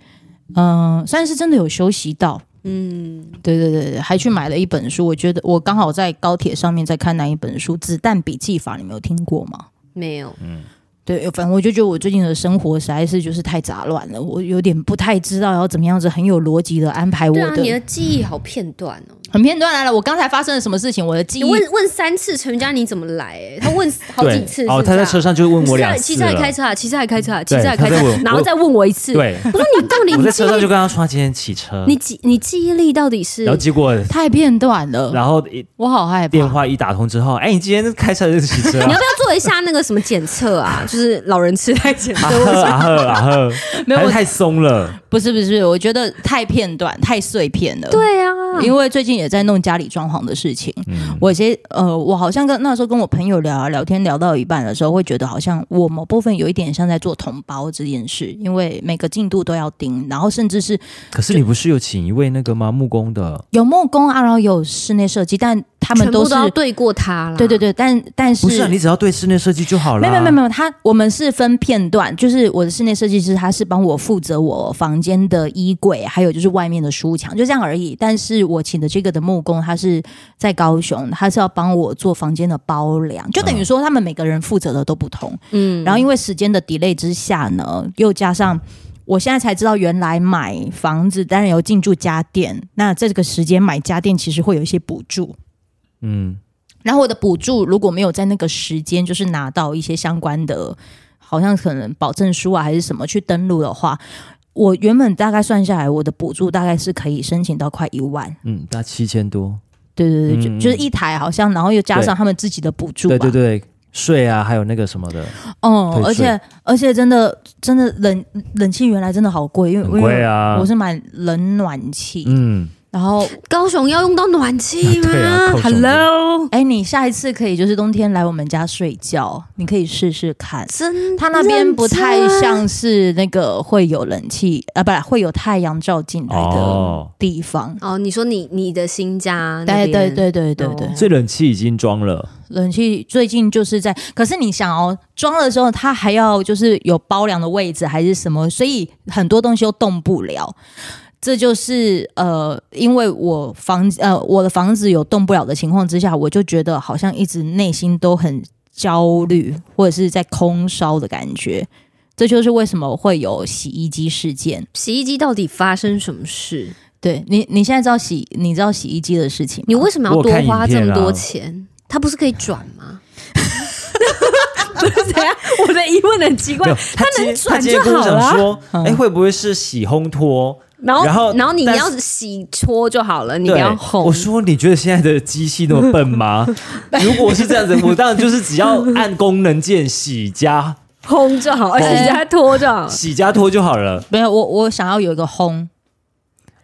S1: 嗯、算是真的有休息到。
S2: 嗯，
S1: 对对对对，还去买了一本书。我觉得我刚好在高铁上面在看那一本书《子弹笔记法》，你们有听过吗？
S2: 没有，
S3: 嗯
S1: 对，反正我就觉得我最近的生活实在是就是太杂乱了，我有点不太知道要怎么样子很有逻辑的安排我
S2: 对啊，你
S1: 的。
S2: 的
S3: 嗯
S2: 记忆好片段哦。
S1: 很片段来了，我刚才发生了什么事情？我的记忆
S2: 你问问三次陈佳你怎么来、欸？他问好
S3: 对
S2: 几次是不是啊
S3: 哦，他在车上就问我两
S2: 骑
S3: 次
S2: 车还
S3: 了
S2: 开。车啊，骑车还开车啊，骑
S3: 对
S2: 车还开车
S3: 他在问
S2: 啊
S3: 我，
S2: 然后再问我一次。，
S3: 对，
S2: 我说你到底
S3: 我
S2: 你
S3: 在
S2: 记
S3: 车上就
S2: 忆，
S3: 跟他说他今天骑车，
S2: 你记你记忆力到底是
S3: 然后结果，
S1: 太片段了，
S3: 然后一
S1: 我好害怕。
S3: 电话一打通之后，哎，你今天开车还是骑车
S2: 你要不
S3: 啊？
S2: 要做一下那个什么检测啊？就是老人痴呆检测
S3: 啊。呵啊呵啊呵，
S1: 没有
S3: 还是
S1: 我
S3: 太松了，
S1: 不是不是，我觉得太片段、太碎片了。。
S2: 对啊，
S1: 因为最近也在弄家里装潢的事情，
S3: 嗯
S1: 我有些呃，我好像跟那时候跟我朋友聊啊聊天聊到一半的时候，会觉得好像我某部分有一点像在做同胞这件事，因为每个进度都要盯，然后甚至是
S3: 可是你不是有请一位那个吗？木工的，
S1: 有木工啊，然后有室内设计，但他们
S2: 全部
S1: 是
S2: 都要对过他了。
S1: 对对对，但但是
S3: 不是啊，你只要对室内设计就好了。
S1: 没有没有没有，他我们是分片段，就是我的室内设计师，他是帮我负责我房间的衣柜，还有就是外面的书墙，就这样而已。但是我请的这个的木工，他是在高雄，他是要帮我做房间的包梁，就
S3: 嗯
S1: 等于说他们每个人负责的都不同。
S2: 嗯，
S1: 然后因为时间的 delay 之下呢，又加上。我现在才知道，原来买房子当然有进驻家电，那这个时间买家电其实会有一些补助。
S3: 嗯，
S1: 然后我的补助如果没有在那个时间，就是拿到一些相关的，好像可能保证书啊还是什么去登录的话，我原本大概算下来，我的补助大概是可以申请到快一万。
S3: 嗯，大七千多，
S1: 对对对，
S3: 嗯
S1: 就就是一台好像，然后又加上他们自己的补助吧。
S3: 对对对，税啊，还有那个什么的，
S1: 哦、
S3: 退
S1: 而且而且真的真的冷冷气原来真的好贵，因为
S3: 很
S1: 因
S3: 贵
S1: 为
S3: 啊
S1: 我。是买冷暖气，
S3: 嗯，
S1: 然后
S2: 高雄要用到暖气吗、
S3: 对啊高雄
S2: h e l l o
S1: 哎，你下一次可以就是冬天来我们家睡觉，你可以试试看。
S2: 真
S1: 它那边不太
S2: 认真
S1: 像是那个会有冷气啊，不啦，会有太阳照进来的
S3: 哦
S1: 地方。
S2: 哦。你说你你的新家那
S1: 对
S2: 边，
S1: 对对对对对，
S2: 哦
S3: 所以冷气已经装了，
S1: 冷气最近就是在，可是你想哦，装的时候它还要就是有包凉的位置还是什么，所以很多东西都动不了。这就是呃，因为我房呃我的房子有动不了的情况之下，我就觉得好像一直内心都很焦虑，或者是在空烧的感觉。这就是为什么会有洗衣机事件。
S2: 洗衣机到底发生什么事？
S1: 对你，你现在知道洗你知道洗衣机的事情吗，
S2: 你为什么要
S3: 我
S2: 多
S3: 看影
S2: 花这
S3: 片
S2: 么
S3: 啊
S2: 多钱？它不是可以转 吗？不是怎样？啊我的疑问很奇
S3: 没
S2: 怪
S3: 有。他
S2: 能
S3: 接
S2: 转
S3: 他接
S2: 就
S3: 跟我
S2: 好
S3: 讲
S2: 了啊
S3: 说，
S1: 嗯
S3: 哎、会不会是洗烘托？
S2: 然后，
S3: 然后
S2: 你
S3: 但是
S2: 要洗搓就好了，你不
S3: 对
S2: 要，哄
S3: 我。说你觉得现在的机器那么笨吗？如果是这样子，我当然就是只要按功能键洗加
S2: 烘就
S3: 哦
S2: 好，而且加拖就好。
S3: 洗加拖就好了
S1: 没有我我想要有一个烘，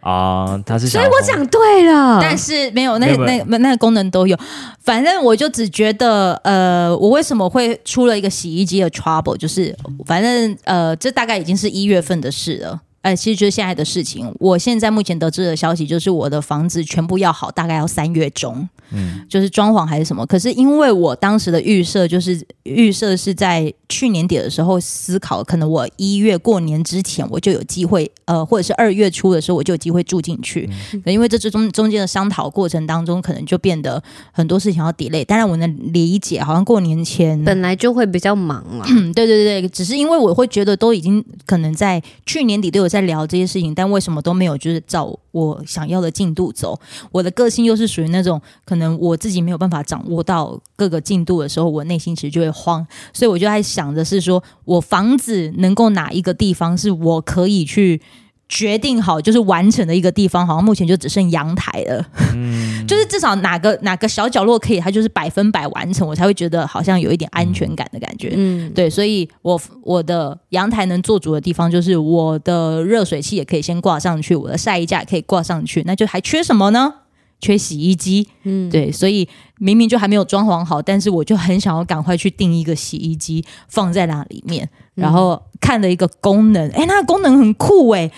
S3: 啊。他是
S2: 所
S3: 想
S2: 以
S3: 要烘，
S2: 我讲对了，
S1: 但是没有那
S3: 没有
S1: 那
S3: 没有
S1: 那个功能都有。反正我就只觉得，呃，我为什么会出了一个洗衣机的 trouble，就是反正呃，这大概已经是一月份的事了。哎，其实就是现在的事情。我现在目前得知的消息就是，我的房子全部要好，大概要三月中，嗯，就是装潢还是什么。可是因为我当时的预设就是预设是在去年底的时候思考，可能我一月过年之前我就有机会，呃，或者是二月初的时候我就有机会住进去。因为这之中中间的商讨过程当中，可能就变得很多事情要 delay。当然我能理解，好像过年前，
S2: 本来就会比较忙嘛。
S1: 嗯，对对对，只是因为我会觉得都已经可能在去年底都有在聊这些事情，但为什么都没有就是照我想要的进度走？我的个性又是属于那种可能我自己没有办法掌握到各个进度的时候，我内心其实就会慌，所以我就在想的是说，我房子能够哪一个地方是我可以去。决定好就是完成的一个地方，好像目前就只剩阳台了。 就是至少哪个哪个小角落可以，它就是百分百完成，我才会觉得好像有一点安全感的感觉。
S2: 嗯，
S1: 对，所以我我的阳台能做主的地方就是我的热水器也可以先挂上去，我的晒衣架也可以挂上去，那就还缺什么呢？缺洗衣机，嗯，对，所以明明就还没有装潢好，但是我就很想要赶快去订一个洗衣机放在那里面，然后看了一个功能，哎、那个功能很酷哎、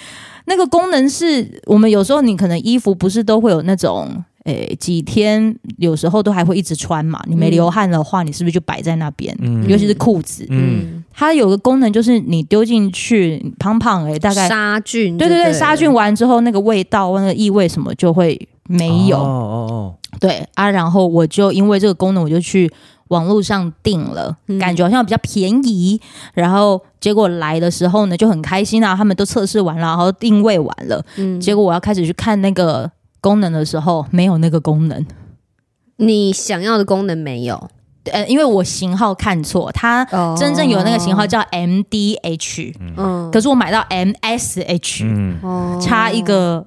S1: 那个功能是我们有时候你可能衣服不是都会有那种。诶、几天有时候都还会一直穿嘛，你没流汗的话，你是不是就摆在那边？
S3: 嗯
S1: 尤其是裤子，
S3: 嗯，
S1: 它有个功能就是你丢进去，胖胖哎、大概
S2: 杀菌，
S1: 对对
S2: 对
S1: 对，
S2: 了
S1: 杀菌。完之后那个味道、那个异味什么就会没有。
S3: 哦哦
S1: 对啊，然后我就因为这个功能，我就去网络上订了，
S2: 嗯
S1: 感觉好像比较便宜。然后结果来的时候呢，就很开心啊，他们都测试完了，然后定位完了，
S2: 嗯
S1: 结果我要开始去看那个功能的时候没有那个功能。
S2: 你想要的功能没有，
S1: 呃，因为我型号看错，它
S2: 哦
S1: 真正有那个型号叫 MDH，、
S2: 嗯，
S1: 可是我买到 MSH，、
S3: 嗯
S2: 哦
S1: 差一个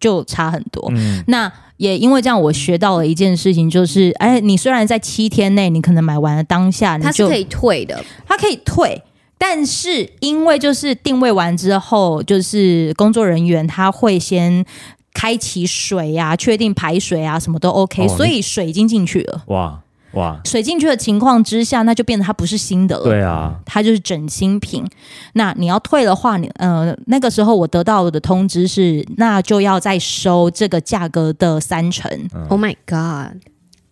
S1: 就差很多。
S3: 嗯
S1: 那也因为这样，我学到了一件事情，就是，哎，你虽然在七天内你可能买完了当下，你
S2: 哦它是
S1: 就
S2: 可以退的，
S1: 它可以退，但是因为就是定位完之后，就是工作人员他会先开启水啊，确定排水啊，什么都 OK，、
S3: 哦
S1: 所以水已经进去了。
S3: 哇哇，
S1: 水进去的情况之下，那就变得它不是新的了。
S3: 对啊，
S1: 它就是整新品。那你要退的话，你呃那个时候我得到的通知是，那就要再收这个价格的三成。
S2: Oh my god！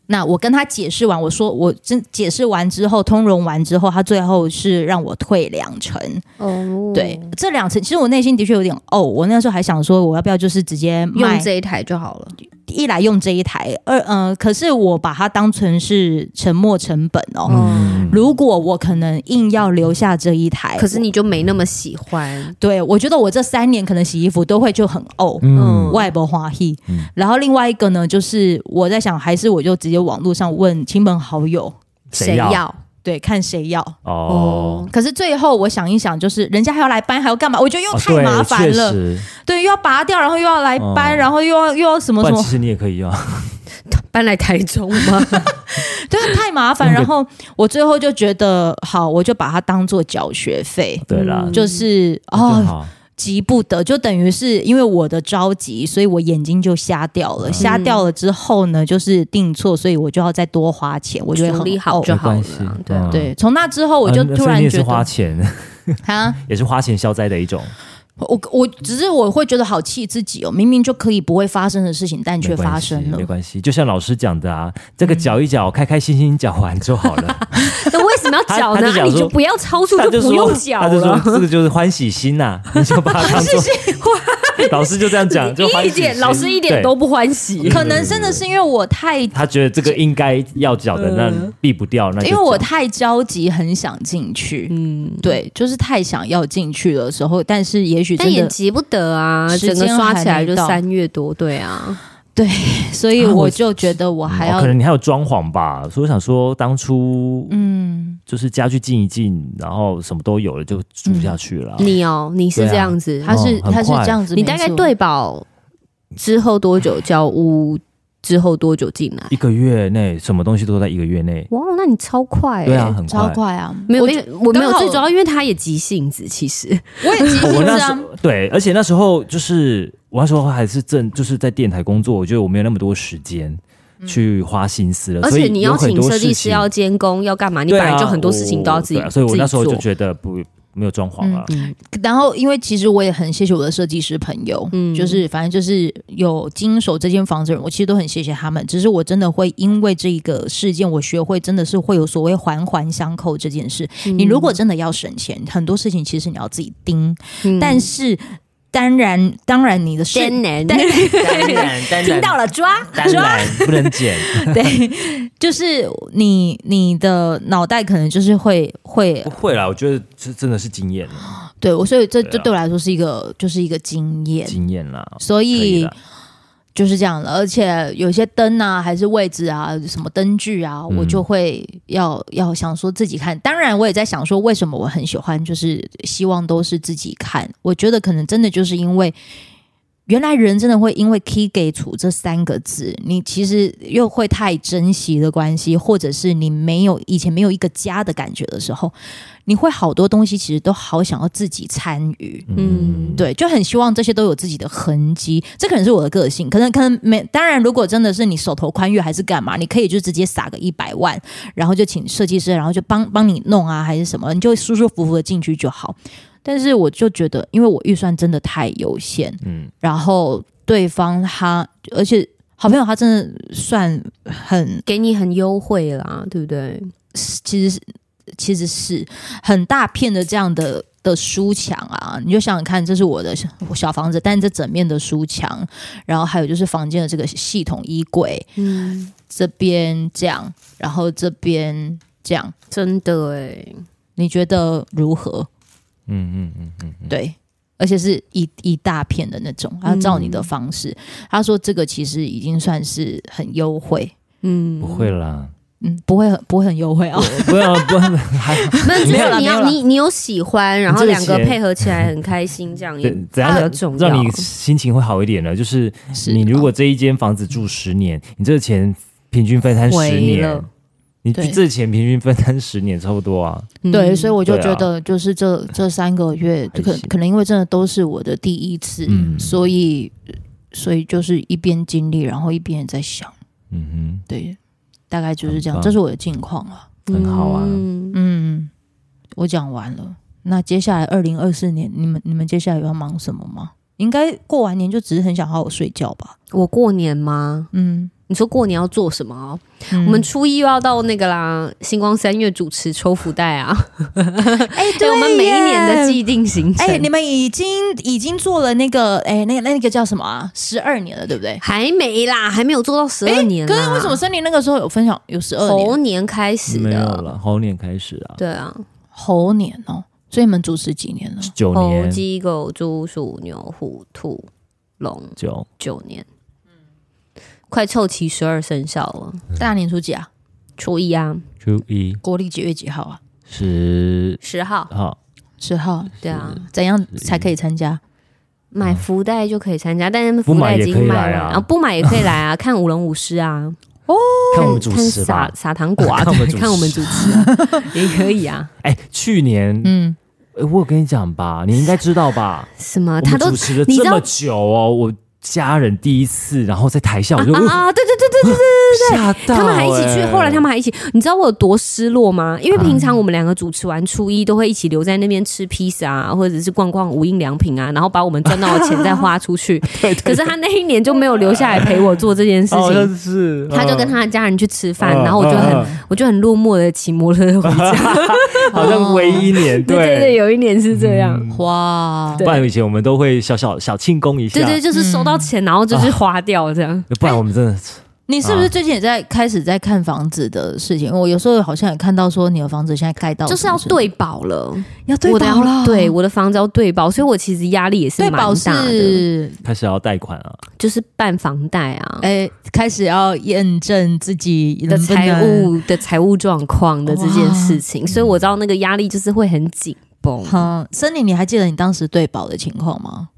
S1: 那我跟他解释完，我说我真解释完之后，通融完之后，他最后是让我退两成。
S2: 哦，
S1: 对，这两成其实我内心的确有点哦，我那时候还想说我要不要就是直接卖
S2: 用这一台就好了。
S1: 一来用这一台，二呃，可是我把它当成是沉没成本哦。
S3: 嗯，
S1: 如果我可能硬要留下这一台，
S2: 可是你就没那么喜欢，
S1: 对，我觉得我这三年可能洗衣服都会就很呕。
S3: 嗯
S1: 外不花喜，然后另外一个呢，就是我在想，还是我就直接网络上问亲朋好友，
S2: 谁
S3: 谁要
S1: 对，看谁要。
S3: 哦？
S1: 可是最后我想一想，就是人家还要来搬，还要干嘛？我觉得又
S3: 哦
S1: 太麻烦了，
S3: 对确实
S1: 对又要拔掉，然后又要来搬，
S3: 哦
S1: 然后又要又要什么
S3: 不
S1: 什
S3: 然
S1: 么
S3: 其，实你也可以用，
S2: 搬来台中 吗？
S1: 对，太麻烦。然后我最后就觉得，好，我就把它当做缴学费，
S3: 对啦，
S1: 就是
S3: 那
S1: 嗯
S3: 就
S1: 哦，
S3: 好
S1: 急不得，就等于是因为我的着急，所以我眼睛就瞎掉
S3: 嗯
S1: 了。瞎掉了之后呢，就是定错，所以我就要再多花钱，我就会
S2: 处理
S1: 很
S2: 好
S1: 哦
S2: 就好了
S3: 没关系
S2: 啦。对啊，
S3: 嗯
S1: 对，从那之后我就
S3: 嗯
S1: 突
S3: 所以
S1: 然
S3: 你也
S1: 觉
S3: 是
S1: 得
S3: 花钱，
S1: 啊，
S3: 也是花钱消灾的一种，
S1: 我我只是我会觉得好气自己哦，明明就可以不会发生的事情，但却
S3: 没关
S1: 发
S3: 系
S1: 生了
S3: 没。关系。就像老师讲的啊，这个搅一搅，开开心心搅完就好了。
S2: 那为什么要缴
S3: 他他
S2: 呢？
S3: 就讲
S2: 啊你
S3: 说
S2: 就不要超速，
S3: 他
S2: 不
S3: 就说
S2: 用，啊缴
S3: 他就说
S2: 了。
S3: 这个就是欢喜心呐，你就把它当做老师就这样讲，就欢
S2: 一
S3: 喜心
S2: 点，老师一点都。不欢喜。
S1: 可能真的是因为我太，
S3: 对他觉得这个应该要缴的，那避不掉，那就
S1: 因为我
S3: 缴
S1: 太焦急，很想进去。
S2: 嗯，
S1: 对，就是太想要进去的时候，但是也许
S2: 但
S1: 真
S2: 也
S1: 的，
S2: 急不得啊，
S1: 时
S2: 整个
S1: 间
S2: 刷
S1: 还
S2: 起来
S1: 没
S2: 就
S1: 到
S2: 三月多，对啊，
S1: 所以
S3: 啊我
S1: 我就觉得我还
S3: 哦
S1: 要
S3: 可能你还有装潢吧，所以我想说，当初嗯，就是家具进一进，然后什么都有了，就住下去了。
S2: 你哦，你是
S3: 对啊
S2: 这样子，
S1: 他是、
S3: 哦很
S1: 他是
S3: 快
S1: 这样子，
S2: 你大概
S1: 没错
S2: 对保之后多久交屋，之后多久进来？
S3: 一个月内什么东西都在一个月内，
S2: 哇，那你超快欸，
S3: 对啊，很
S1: 超快啊，
S2: 没有
S1: 我
S2: 没有，我没有
S1: 刚好
S2: 最主要，因为他也急性子，其实
S1: 我也急
S3: 我
S1: 性子
S3: 那时
S1: 啊，
S3: 候对，而且那时候就是我那时候还是正就是在电台工作，我觉得我没有那么多时间去花心思了，
S2: 而
S3: 所以
S2: 且你要
S3: 有很
S2: 请
S3: 多
S2: 设计
S3: 事
S2: 师
S3: 情
S2: 要监工，要干嘛？你
S3: 对
S2: 本
S3: 啊
S2: 来就很多事情都要
S3: 我
S2: 自己
S3: 对啊，所以我那时候
S2: 自己
S3: 就
S2: 做
S3: 觉得不没有装潢啊，
S1: 然后因为其实我也很谢谢我的设计师朋友，
S2: 嗯
S1: 就是反正就是有经手这间房子的人，我其实都很谢谢他们。只是我真的会因为这一个事件，我学会真的是会有所谓环环相扣这件事。你如果真的要省钱，很多事情其实你要自己盯，
S2: 嗯
S1: 但是当然当然你的事
S2: 艰 难，
S1: 但
S3: 当然，当然
S2: 嗯听到了抓
S3: 当然不能剪，
S1: 对，就是你你的脑袋可能就是会会
S3: 不会啦，我觉得这真的是经验，
S1: 对我，所以这
S3: 对啊
S1: 这对我来说是一个就是一个经验，
S3: 经验啦，
S1: 所
S3: 可以
S1: 以
S3: 啦。
S1: 就是这样了。而且有些灯啊，还是位置啊，什么灯具啊，
S3: 嗯
S1: 我就会要要想说自己看。当然，我也在想说，为什么我很喜欢，就是希望都是自己看。我觉得可能真的就是因为。原来人真的会因为 “key 给处”这三个字，你其实又会太珍惜的关系，或者是你没有以前没有一个家的感觉的时候，你会好多东西其实都好想要自己参与。
S2: 嗯，
S1: 对，就很希望这些都有自己的痕迹。这可能是我的个性，可能可能没。当然，如果真的是你手头宽裕还是干嘛，你可以就直接撒个一百万，然后就请设计师，然后就帮帮你弄啊，还是什么，你就舒舒服服的进去就好。但是我就觉得，因为我预算真的太有限，
S3: 嗯，
S1: 然后对方他，而且好朋友他真的算很，
S2: 给你很优惠啦，对不对？
S1: 其实是其实是很大片的这样的。的书墙啊，你就想想看，这是我的小我小房子，但这整面的书墙，然后还有就是房间的这个系统衣柜，
S2: 嗯，
S1: 这边这样，然后这边这样，
S2: 真的哎，
S1: 你觉得如何？
S3: 嗯嗯嗯嗯，
S1: 对，而且是一一大片的那种，他照你的方式。他说这个其实已经算是很优惠，
S2: 嗯
S3: 不，会啦，
S1: 嗯，不会很不会很优惠啊、
S3: 不要不要， 还
S2: 那只
S1: 没有
S2: 有
S1: 啦
S2: 你
S1: 没有
S2: 要
S1: 啦
S2: 你你有喜欢，然后
S3: 这个
S2: 两个
S3: 钱
S2: 配合起来很开心，这样也
S3: 怎怎样
S2: 比较
S3: 让
S2: 重要
S3: 让你心情会好一点呢？就是
S1: 是
S3: 你如果这一间房子住十年，你这个钱平均分摊十
S2: 回
S3: 年
S2: 了，
S3: 你
S1: 对
S3: 这钱平均分摊十年差不多啊。
S2: 嗯
S1: 对，所以我就
S3: 对啊
S1: 觉得，就是这、这三个月，
S3: 还
S1: 可
S3: 行
S1: 可能因为真的都是我的第一次，
S3: 嗯
S1: 所以所以就是一边经历，然后一边也在想，
S3: 嗯
S1: 对，大概就是这样，
S3: 很棒
S1: 这是我的近况啊。
S3: 很好啊
S2: 嗯
S1: 嗯，我讲完了。那接下来二零二四年，你们你们接下来有要忙什么吗？应该过完年就只是很想好好睡觉吧。
S2: 我过年吗？
S1: 嗯，
S2: 你说过年要做什么哦？
S1: 嗯
S2: 我们初一又要到那个啦，星光三月主持抽福袋啊！
S1: 哎、
S2: 对，我们每一年的
S1: 耶
S2: 既定行程，
S1: 哎、你们已经已经做了那个哎、那个那个叫什么啊？十二年了，对不对？
S2: 还没啦，还没有做到十
S1: 哎
S2: 二年啦。
S1: 可是为什么森林那个时候有分享有十二
S2: 猴
S1: 年
S2: 年开始
S3: 哼，没有
S2: 的？
S3: 了，猴年开始啊，
S2: 对啊，
S1: 猴年哦？所以你们主持几年了？
S3: 九
S2: 猴、
S3: 年
S2: 鸡、狗、猪、鼠、牛、虎、兔、龙，
S3: 九
S2: 九年，快凑齐十二生肖了。
S1: 大年初几啊？
S2: 初一啊，
S3: 初一
S1: 国历几月几号啊？
S3: 十
S2: 十号，
S3: 号，
S1: 十号。
S2: 对啊，
S1: 怎样才可以参加？
S2: 买福袋就可以参加，但是
S3: 不
S2: 福
S3: 买
S2: 袋
S3: 也
S2: 已
S3: 可
S2: 经
S3: 以
S2: 卖
S3: 来
S2: 完
S3: 啊
S2: 了，哦不买也可以来 啊，看舞龙舞狮啊，
S3: 看我
S2: 看
S3: 们主
S2: 看
S3: 持吧
S2: 撒。撒糖果啊，
S3: 看我们主
S2: 对
S3: 持
S2: 看我们主持啊，也可以啊。
S3: 哎，去年
S1: 嗯，
S3: 呃我有跟你讲吧，你应该知道吧？
S2: 什么？
S3: 我
S2: 他
S3: 们
S2: 都
S3: 主持了
S2: 你知
S3: 这
S2: 道
S3: 么久哦，我家人第一次，然后在台下我就
S2: 啊啊！对对对对对对，
S3: 吓到，
S2: 他们还一起去，
S3: 哎
S2: 后来他们还一起，你知道我有多失落吗？因为平
S3: 嗯
S2: 常我们两个主持完初一都会一起留在那边吃披萨啊，或者是逛逛无印良品啊，然后把我们赚到的钱再花出去。
S3: 对对
S2: 可是他那一年就没有留下来陪我做这 件事
S3: 好像
S2: 情。
S3: 哦是，
S2: 他就
S3: 嗯
S2: 跟他的家人去吃饭，
S3: 嗯
S2: 然后我就很，
S3: 嗯
S2: 我就很落寞的骑摩托车 回家。
S3: 好像唯一年，
S2: 哦对对对，有一年是这样。
S3: 嗯
S1: 嗯哇，
S3: 不然以前我们都会小小小庆功一下，
S2: 对对，就是收到钱，然后就是花掉这样。
S3: 不然我们真的
S1: 你是不是最近也在开始在看房子的事情？我有时候好像也看到说你的房子现在盖
S3: 嗯
S1: 到
S2: 就是要
S1: 什么
S2: 对保了，
S1: 程度要对
S2: 我的
S1: 保
S2: 要
S1: 了，
S2: 对我的房子要对保，所以我其实压力也是
S1: 对
S2: 蛮
S1: 保
S2: 大的，
S1: 是
S3: 开始要贷款啊，
S2: 就是办房贷啊，
S1: 哎，开始要验证自己
S2: 的
S1: 能不能
S2: 财务的财务状况的这件事情，所以我知道那个压力就是会很紧绷。
S1: 好，森林，你还记得你当时对保的情况吗？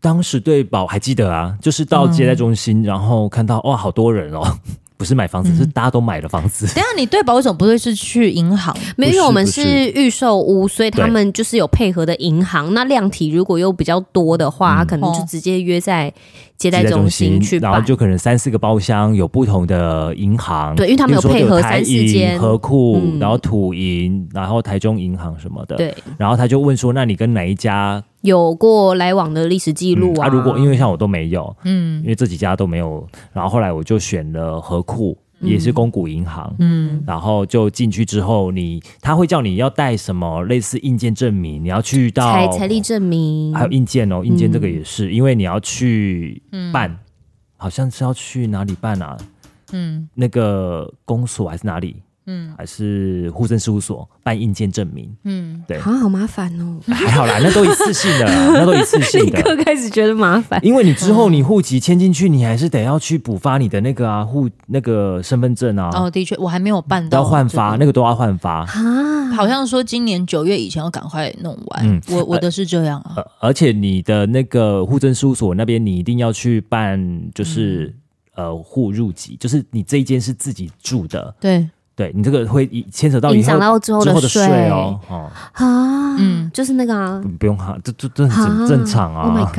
S3: 当时对保还记得啊，就是到接待中
S2: 嗯
S3: 心，然后看到哇，好多人哦， 不是买房子，
S1: 嗯
S3: 是大家都买了房子，
S1: 等一下你对保为什么不会是去银行？
S2: 没有，因为我们
S3: 不
S2: 是
S3: 是
S2: 预售屋，所以他
S3: 对
S2: 们就是有配合的银行。那量体如果又比较多的
S3: 嗯
S2: 话，可能就
S1: 哦
S2: 直接约在接
S3: 接
S2: 待中心去
S3: 然后
S2: 办。
S3: 就可能三四个包厢有不同的银行，
S2: 对因为他们有
S3: 比如说
S2: 配合
S3: 台
S2: 三四
S3: 银
S2: 间
S3: 河库，
S2: 嗯
S3: 然后土银，然后台中银行什么的，
S2: 对，
S3: 然后他就问说，那你跟哪一家
S2: 有过来往的历史记录
S3: 嗯
S2: 啊。
S3: 如果因为像我都没有，
S1: 嗯
S3: 因为这几家都没有，然后后来我就选了和库，也是公股银行。
S1: 嗯，
S3: 然后就进去之后你，他会叫你要带什么类似印件证明，你要去到
S2: 财财力证明，嗯
S3: 还有印件哦，印件这个也是，因为你要去办，好像是要去哪里办啊？嗯，那个公所还是哪里？嗯，还是户政事务所办印件证明，
S1: 嗯
S2: 啊，好麻烦哦。
S3: 还好啦，那都一次性的啦，那都一次 性
S2: 立
S3: 的。
S2: 刻开始觉得麻 烦。
S3: 因为你之后你户籍迁进去，你还是得要去补发你的那个啊户那个身份证啊，
S1: 哦，的确，我还没有办
S3: 都
S1: 到
S3: 要换发，
S1: 这
S3: 那个都要换发。
S2: 啊
S1: 个，好像说今年九月以前要赶快弄完。
S3: 嗯
S1: 我我的是这样啊，
S3: 呃，而且你的那个户政事务所那边，你一定要去办，就是、
S2: 嗯
S3: 呃户入籍，就是你这一间是自己住的，
S1: 对，
S3: 对你这个会一牵扯到
S2: 影
S3: 以后
S2: 响到之后
S3: 之
S2: 的
S3: 后的
S2: 税
S3: 税哦，哦，
S2: 啊，嗯
S1: 嗯，
S2: 就是那个啊
S3: 不，不用哈，这这这很正常
S2: ，Oh my
S3: 啊。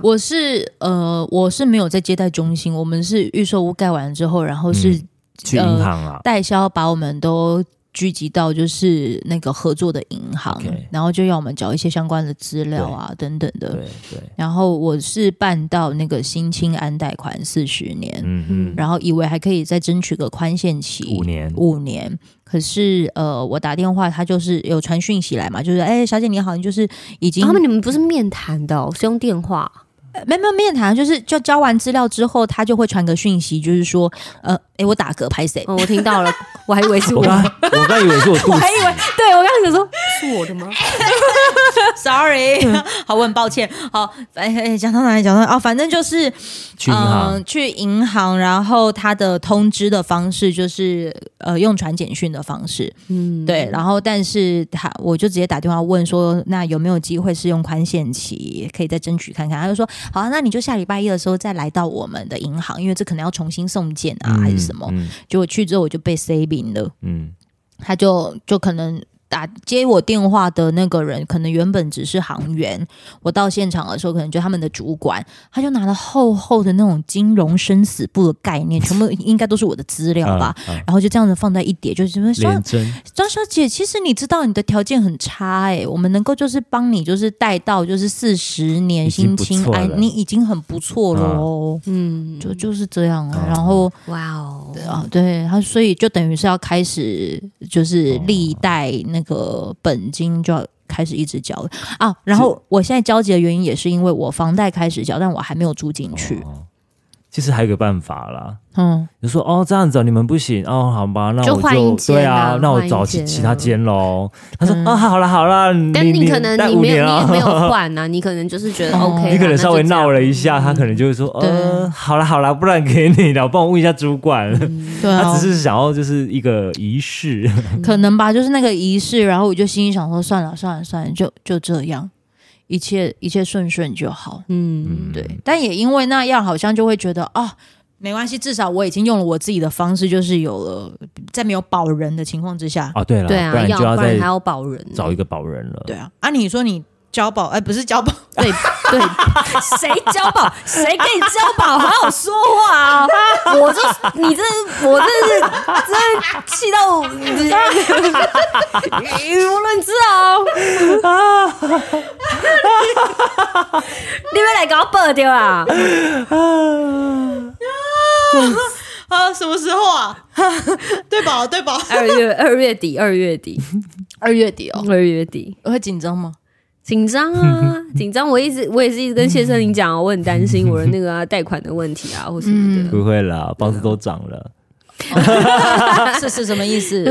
S2: god，
S1: 我是呃，我是没有在接待中心，我们是预售屋盖完之后，然后是呃
S3: 嗯去银行啊，
S1: 代销把我们都聚集到就是那个合作的银行
S3: OK
S1: 然后就要我们缴一些相关的资料啊等等
S2: 呃
S1: 的。
S3: 对对，
S1: 然后我是办到那个新青安贷款四十年，
S3: 嗯嗯，
S1: 然后以为还可以再争取个宽限期
S2: 嗯
S3: 五年
S1: 五年。可是呃，我打电话，他就是有传讯息来嘛，就是哎、小姐你好，你就是已经
S2: 哦他们你们不是面谈的哦，是用电话，
S1: 呃没有没有面谈，就是就交完资料之后，他就会传个讯息，就是说呃，哎、我打嗝拍谁？
S2: 哦，我听到了， 我还以为是
S3: 我
S2: 我，
S3: 刚 我刚以为是我 肚
S2: 我
S3: 子
S2: 还以为，对我刚刚想说是我的吗？
S1: Sorry，好，
S2: 嗯
S1: 我很抱歉。好，反正哎讲到哪里讲到哦，反正就是
S3: 去银行
S1: 嗯，去银行，然后他的通知的方式就是呃用传简讯的方式，
S2: 嗯，
S1: 对。然后但是他我就直接打电话问说，那有没有机会是用宽限期，可以再争取看看？他就说，好、啊，那你就下礼拜一的时候再来到我们的银行，因为这可能要重新送件
S2: 呃
S1: 啊，还是什么？
S3: 嗯
S1: 结果去之后我就被 saving 了。
S3: 嗯
S1: 他就就可能打接我电话的那个人，可能原本只是行员，我到现场的时候，可能就他们的主管，他就拿了厚厚的那种金融生死簿的概念，全部应该都是我的资
S3: 嗯，
S1: 料吧。
S3: 啊？啊
S1: 然后就这样子放在一叠，就是什么
S3: 连
S1: 张
S3: 针
S1: 张小姐，其实你知道你的条件很差哎、我们能够就是帮你就是带到就是四十年
S3: 已经
S1: 薪
S3: 不
S1: 清
S3: 错
S1: 安
S3: 了，
S1: 你已经很不错了哦，
S2: 嗯，
S1: 就就是这样啊
S3: 啊。
S1: 然后
S2: 哇哦，
S1: 啊，对他，所以就等于是要开始，
S3: 哦
S1: 就是历代那个本金就要开始一直缴了啊。然后我现在交集的原因也是因为我房贷开始缴，但我还没有住进去。
S3: 哦其实还有个办法啦，
S1: 嗯，
S3: 就说哦这样子哦你们不行哦，好吧，那我
S2: 就换一间啊
S3: 对啊，那我
S2: 换一
S3: 找
S2: 间
S3: 其
S2: 啊
S3: 其他间喽。他说
S1: 嗯
S3: 啊好了好了，
S2: 但
S3: 你
S2: 可能
S3: 待
S2: 你
S3: 五
S2: 没有，
S3: 年
S2: 你也
S3: 啊
S2: 没有换呐， 你可能就是觉得
S1: 哦
S2: OK，啦
S3: 你可能稍微闹了一，下，
S2: 那
S3: 他可能就会说，呃，好啦好啦，不然给你了，帮我问一下主管。
S2: 嗯
S1: 对
S3: 他
S1: 啊
S3: 只，是想要就是一个 仪式，
S1: 可能吧，就是那个仪式，然后我就心里想说，算了算了算了，就就这样，一切一切顺顺就好。
S2: 就这样嗯，
S3: 嗯，
S1: 对，但也因为那样，好像就会觉得啊。没关系，至少我已经用了我自己的方式，就是有了在没有保人的情况之下，
S3: 啊，对了，
S2: 对啊，
S3: 不然你
S2: 要
S3: 就要
S2: 不然
S3: 再
S2: 还要保人，啊
S3: 找一个保人了。
S1: 对啊，啊，你说你交保，哎、不是交保，
S2: 对 对，谁交保？谁跟你交保？好好说话啊！我就你这，我真是真的气到语无伦次啊！哦你们来搞报掉啦！
S1: 啊，什么时候啊？对吧？对吧？
S2: 二月二月底，二月底，
S1: 二月底哦，
S2: 二月底，
S1: 会紧张吗？
S2: 紧张 啊，紧张！我一直我也是一直跟谢森林讲啊，我很担心我的那个啊贷款的问题啊，或什么的。
S3: 不会
S2: 啊
S3: 啦，房子都涨了，
S1: 啊是是什么意 思？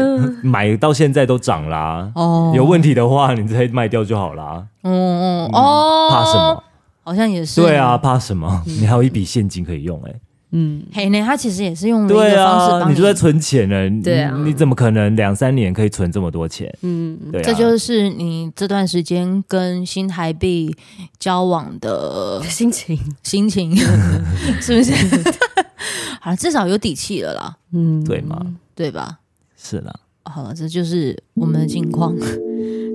S3: 买到现在都涨啦。
S1: 哦
S3: 有问题的话，你再卖掉就好啦。
S1: 嗯嗯哦，
S3: 怕什么？？
S1: 好像也是。嗯
S3: 对啊，，怕什么？你还有一笔现金可以用，哎，
S2: 嗯，
S1: 嘿呢，他其实也是嗯用了一
S3: 对
S1: 个方式
S3: 啊，
S1: 帮
S3: 你就在存钱了。你
S2: 对啊
S3: 你怎么可能两三年可以存这么多钱？嗯，对啊，
S1: 这就是你这段时间跟新台币交往的
S2: 心情，
S1: 心 情，是不是？好，至少有底气了啦，
S2: 嗯，
S3: 对嘛，
S1: 对吧？
S3: 是啦。
S1: 好了，这就是我们的近况。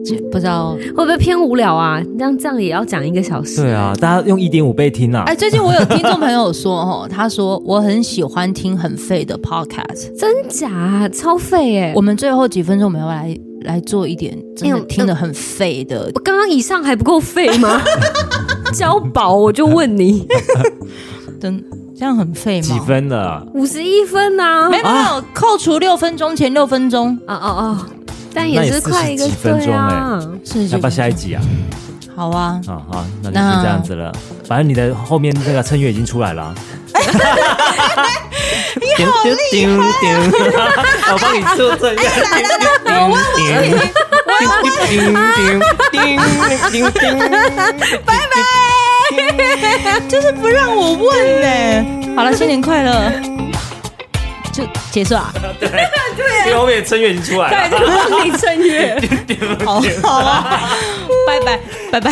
S1: 这不知道
S2: 会不会偏无聊啊？这样这样也要讲一个小时？
S3: 对啊，大家用一点五倍听啊
S1: 哎，。最近我有听众朋友说，哦，他说我很喜欢听很废的 podcast。
S2: 真假超废哎、
S1: 我
S2: 我
S1: 们最后几分钟，我们要来来做一点真
S2: 哎
S1: 的
S2: 呦
S1: 听得很废的。
S2: 我刚刚以上还不够废吗？ 交保我就问你，
S1: 真这样很废
S3: 几
S1: 吗？
S3: 分了？
S2: 五十一分呐、
S3: 哎
S1: 没有没有，扣除六分钟前六分钟
S2: 啊哦哦，但
S3: 那
S2: 也
S3: 也
S2: 是快一个
S3: 40几分
S2: 对
S3: 钟
S2: 啊，
S1: 是
S3: 要不要下一集啊？
S1: 好啊，
S3: 啊好，那就先这样子了。反正你的后面那个衬乐已经出 来了啊。你好厉啊害！我帮你做衬乐。来叮叮叮叮叮叮拜拜。
S1: 就是不让我问呢、 好了，新年快乐，就结束啊。
S3: 因为后面衬乐已经出来了。
S2: 帮你正月，
S1: 好， 好啊，拜拜，拜 拜。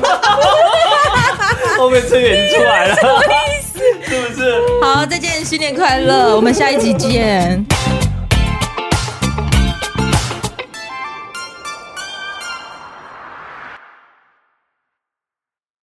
S1: 啊
S3: 后面衬乐已经出来 了。什么意思？是不是？
S1: 好，再见，新年快乐，我们下一集见。